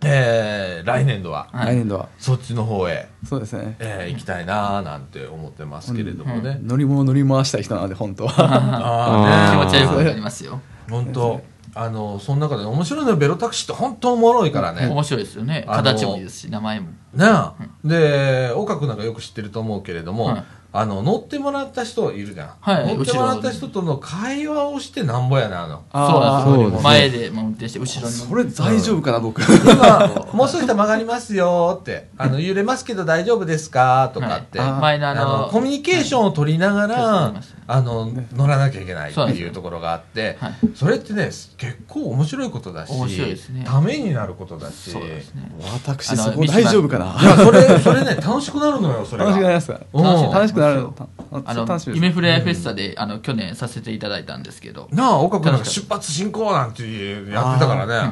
Speaker 1: えー来年度は
Speaker 3: はい
Speaker 4: 来年度は
Speaker 1: そっちの方へ、
Speaker 4: そうですね
Speaker 1: えー行きたいなーなんて思ってますけれどもね、
Speaker 4: 乗り物乗り回したい人なんで本当は
Speaker 1: あ
Speaker 3: 気
Speaker 1: あね
Speaker 3: 持ちはよくわかりますよ。
Speaker 1: 本当あのその中で面白いのはベロタクシーって本当おもろいからね、
Speaker 3: 面白いですよね。
Speaker 1: あの
Speaker 3: 形もいいですし、名前も。
Speaker 1: なあ、で岡君なんかよく知ってると思うけれども、
Speaker 3: はい
Speaker 1: あの乗ってもらった人いるじゃん、
Speaker 3: はい
Speaker 1: 乗ってもらった人との会話をしてなんぼやな
Speaker 3: *laughs*
Speaker 1: の
Speaker 3: そうなんです
Speaker 2: そう
Speaker 3: よ
Speaker 2: ですね
Speaker 3: 前でまあ運転して後ろに
Speaker 4: それ大丈夫かな、僕。
Speaker 1: 今もう少しで曲がりますよってあ
Speaker 3: *laughs*
Speaker 1: の揺れますけど大丈夫ですかとかって、
Speaker 3: はい
Speaker 4: あー
Speaker 3: 前の
Speaker 1: あ
Speaker 3: あ
Speaker 1: の
Speaker 3: の
Speaker 1: コミュニケーションを取りながら、
Speaker 3: はい
Speaker 1: あの乗らなきゃいけないって
Speaker 3: そうなんです
Speaker 1: いう
Speaker 3: よ
Speaker 1: ところがあってそ,、
Speaker 3: はい
Speaker 1: れってね結構面白いことだし
Speaker 3: 面白いですね
Speaker 1: ためになることだし
Speaker 3: そうですね
Speaker 4: 私、
Speaker 3: あの
Speaker 4: そこ
Speaker 3: ミシュラ
Speaker 4: 大
Speaker 3: ン
Speaker 4: 丈夫かない
Speaker 1: やそれそれね楽しくなるのよそれ
Speaker 4: 楽しく
Speaker 1: が。
Speaker 4: なりますか
Speaker 1: うん
Speaker 3: 楽しい
Speaker 4: 楽しくなるの
Speaker 3: あ
Speaker 4: あ
Speaker 3: の
Speaker 4: 楽しみ
Speaker 3: 夢
Speaker 4: です
Speaker 3: フレフェスタであの去年させていただいたんですけど
Speaker 1: なあ岡君なんか
Speaker 3: 楽し
Speaker 1: 出発進行なんていうやってたからね。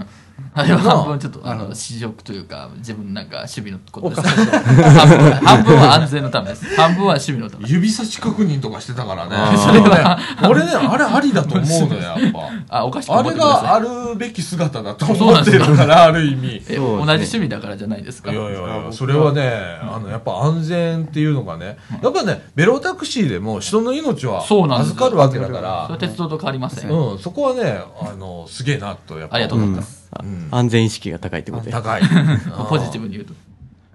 Speaker 3: あれは
Speaker 1: なあ
Speaker 3: 半分ちょっとあ
Speaker 4: う
Speaker 3: の
Speaker 4: ん
Speaker 3: 試食というか自分なんか守備のことですけど半分半分は安全のためです
Speaker 1: *laughs*
Speaker 3: 半分は守備のため
Speaker 1: 指差し確認とかしてたからね。
Speaker 2: あー
Speaker 1: それは
Speaker 3: *laughs*
Speaker 1: ね、俺ね、あれありだと思うのよ、やっぱ。
Speaker 3: あおかしく思
Speaker 1: あ
Speaker 3: って
Speaker 1: れ
Speaker 3: くだ
Speaker 1: が
Speaker 3: さ
Speaker 1: あ
Speaker 3: い
Speaker 1: るべき姿だと思ってるから、ある意味。
Speaker 2: そうで
Speaker 3: え
Speaker 2: すね
Speaker 3: 同じ趣味だからじゃないですか
Speaker 1: いやいやいやそれはね、あのやっぱ安全っていうのがね、やっぱね、ベロタクシーでも人の命は
Speaker 3: そうなんです
Speaker 1: 預
Speaker 3: よ
Speaker 1: かるわけだか
Speaker 3: それは
Speaker 1: ら、
Speaker 3: 鉄道と変わりません、
Speaker 1: うん、そこはね、あのすげえなとやっぱ
Speaker 3: ありがとうございます、
Speaker 2: あ
Speaker 1: うん
Speaker 2: 安全意識が高いってことで
Speaker 1: 高
Speaker 3: *laughs*
Speaker 1: い
Speaker 3: ポジティブに言うと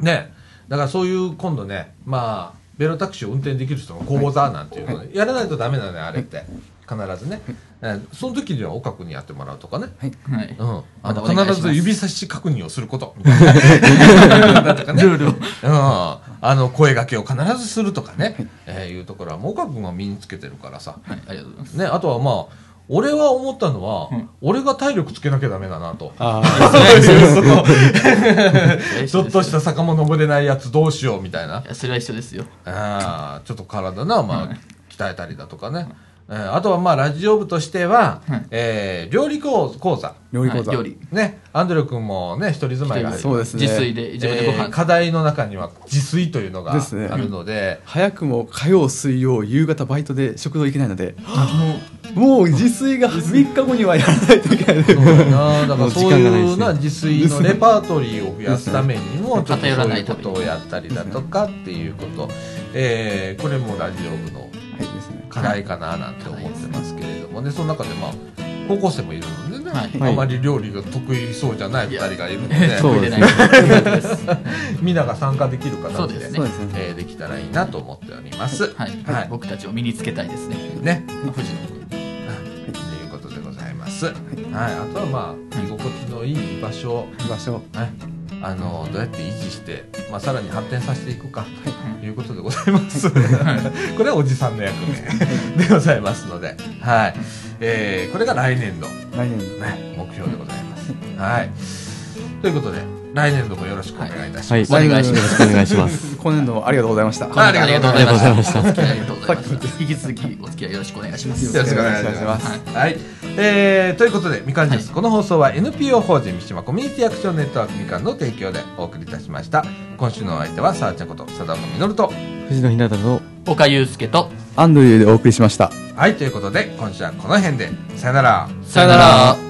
Speaker 1: ねだからそういう今度ねまあベロタクシーを運転できる人の講座なんていうのをやらないとダメなのよあれって必ずね、えーその時には岡君にやってもらうとかね、
Speaker 3: はい、
Speaker 1: うん、あの
Speaker 3: またお願いします
Speaker 1: 必ず指差し確認をする
Speaker 3: *laughs*
Speaker 1: ことみたいなだとかね
Speaker 3: ルールを
Speaker 1: うん、あの声掛けを必ずするとかね、えーいうところはもう岡君が身につけてるからさ、
Speaker 3: はい、ありがとうございます
Speaker 1: ね、あとはまあ俺は思ったのは、
Speaker 3: ん
Speaker 1: 俺が体力つけなきゃダメだなと。*laughs*
Speaker 4: あ
Speaker 3: *laughs*。
Speaker 1: ちょっとした坂も登れないやつどうしようみたいない
Speaker 3: やそれは一緒ですよ
Speaker 1: あーちょっと体な、まあ、鍛えたりだとかね。えーあとは、まあ、ラジオ部としては、
Speaker 3: はい
Speaker 1: えー料理講講座。
Speaker 4: 料理講座
Speaker 3: はい料理
Speaker 1: ね、アンドレ君もね、一人住まいがあ
Speaker 3: 一
Speaker 1: り
Speaker 3: 人
Speaker 4: そうですね
Speaker 3: 自炊で自分でご
Speaker 1: えー
Speaker 3: 飯、
Speaker 1: 課題の中には自炊というのが
Speaker 4: ですね
Speaker 1: あるので、
Speaker 4: 早くも火曜、水曜、夕方バイトで食堂行けないので、もう自炊が3日後にはやらないといけないので
Speaker 1: そうだなだか
Speaker 2: も
Speaker 1: ら
Speaker 2: う時
Speaker 1: そ
Speaker 2: 間
Speaker 1: う
Speaker 2: がな
Speaker 1: い
Speaker 2: いで
Speaker 1: う
Speaker 2: すね
Speaker 1: な自炊のレパートリーを増やすためにもちょっと
Speaker 3: 偏
Speaker 1: そ
Speaker 3: ら
Speaker 1: う
Speaker 3: ないいうた
Speaker 1: こ
Speaker 3: めに
Speaker 1: とをやったりだとかっていうこと、えーこれもラジオ部の
Speaker 4: はいですね
Speaker 1: 課題かななんて思ってますけれどもね、その中でまあ高校生もいるのでね、
Speaker 3: はい
Speaker 2: はい
Speaker 1: あまり料理が得意そうじゃない2人がいるので、
Speaker 3: えー
Speaker 2: そう
Speaker 3: 食
Speaker 2: で
Speaker 3: べれ
Speaker 2: す
Speaker 3: ない
Speaker 2: ね
Speaker 3: です
Speaker 1: みんなが参加できるかな
Speaker 3: そ
Speaker 1: っ
Speaker 3: う
Speaker 1: て
Speaker 3: です
Speaker 1: ね
Speaker 3: ね
Speaker 4: そうですね。
Speaker 1: えーできたらいいなと思っております。
Speaker 3: はい、
Speaker 1: はい
Speaker 3: 僕たちを身につけたいですね
Speaker 1: ね、
Speaker 3: 藤野君
Speaker 1: ということでございます。はい、あとはまあ居心地のいい居場所を、
Speaker 4: 行きましょう。
Speaker 1: ね、あのどうやって維持して、まあ、さらに発展させていくかということでございます。 *laughs* これはおじさんの役目でございますので、はいえーこれが来年度。
Speaker 4: 来年の
Speaker 1: ね、目標でございます。はい。ということで、来年度もよろしくお願いいたします。
Speaker 2: はい、
Speaker 3: お願いします
Speaker 2: よろしくお願いします。
Speaker 4: 今年度もありがとうございました。
Speaker 1: ありがとうございました
Speaker 2: ありがとうございました
Speaker 3: お付き合いありがとうございました。引き続きお付き合いよろしくお願いします。
Speaker 1: よろしくお願いします。はい、えーということで、みかんジュース、この放送は NPO 法人三島コミュニティアクションネットワークみかんの提供でお送りいたしました。今週のお相手は、さあちゃんこと、貞岡実と。
Speaker 2: 藤野ひなたの
Speaker 3: 岡祐介と、
Speaker 4: アンドリューでお送りしました。
Speaker 1: はい、ということで、今週はこの辺で、さよなら。
Speaker 3: さよなら。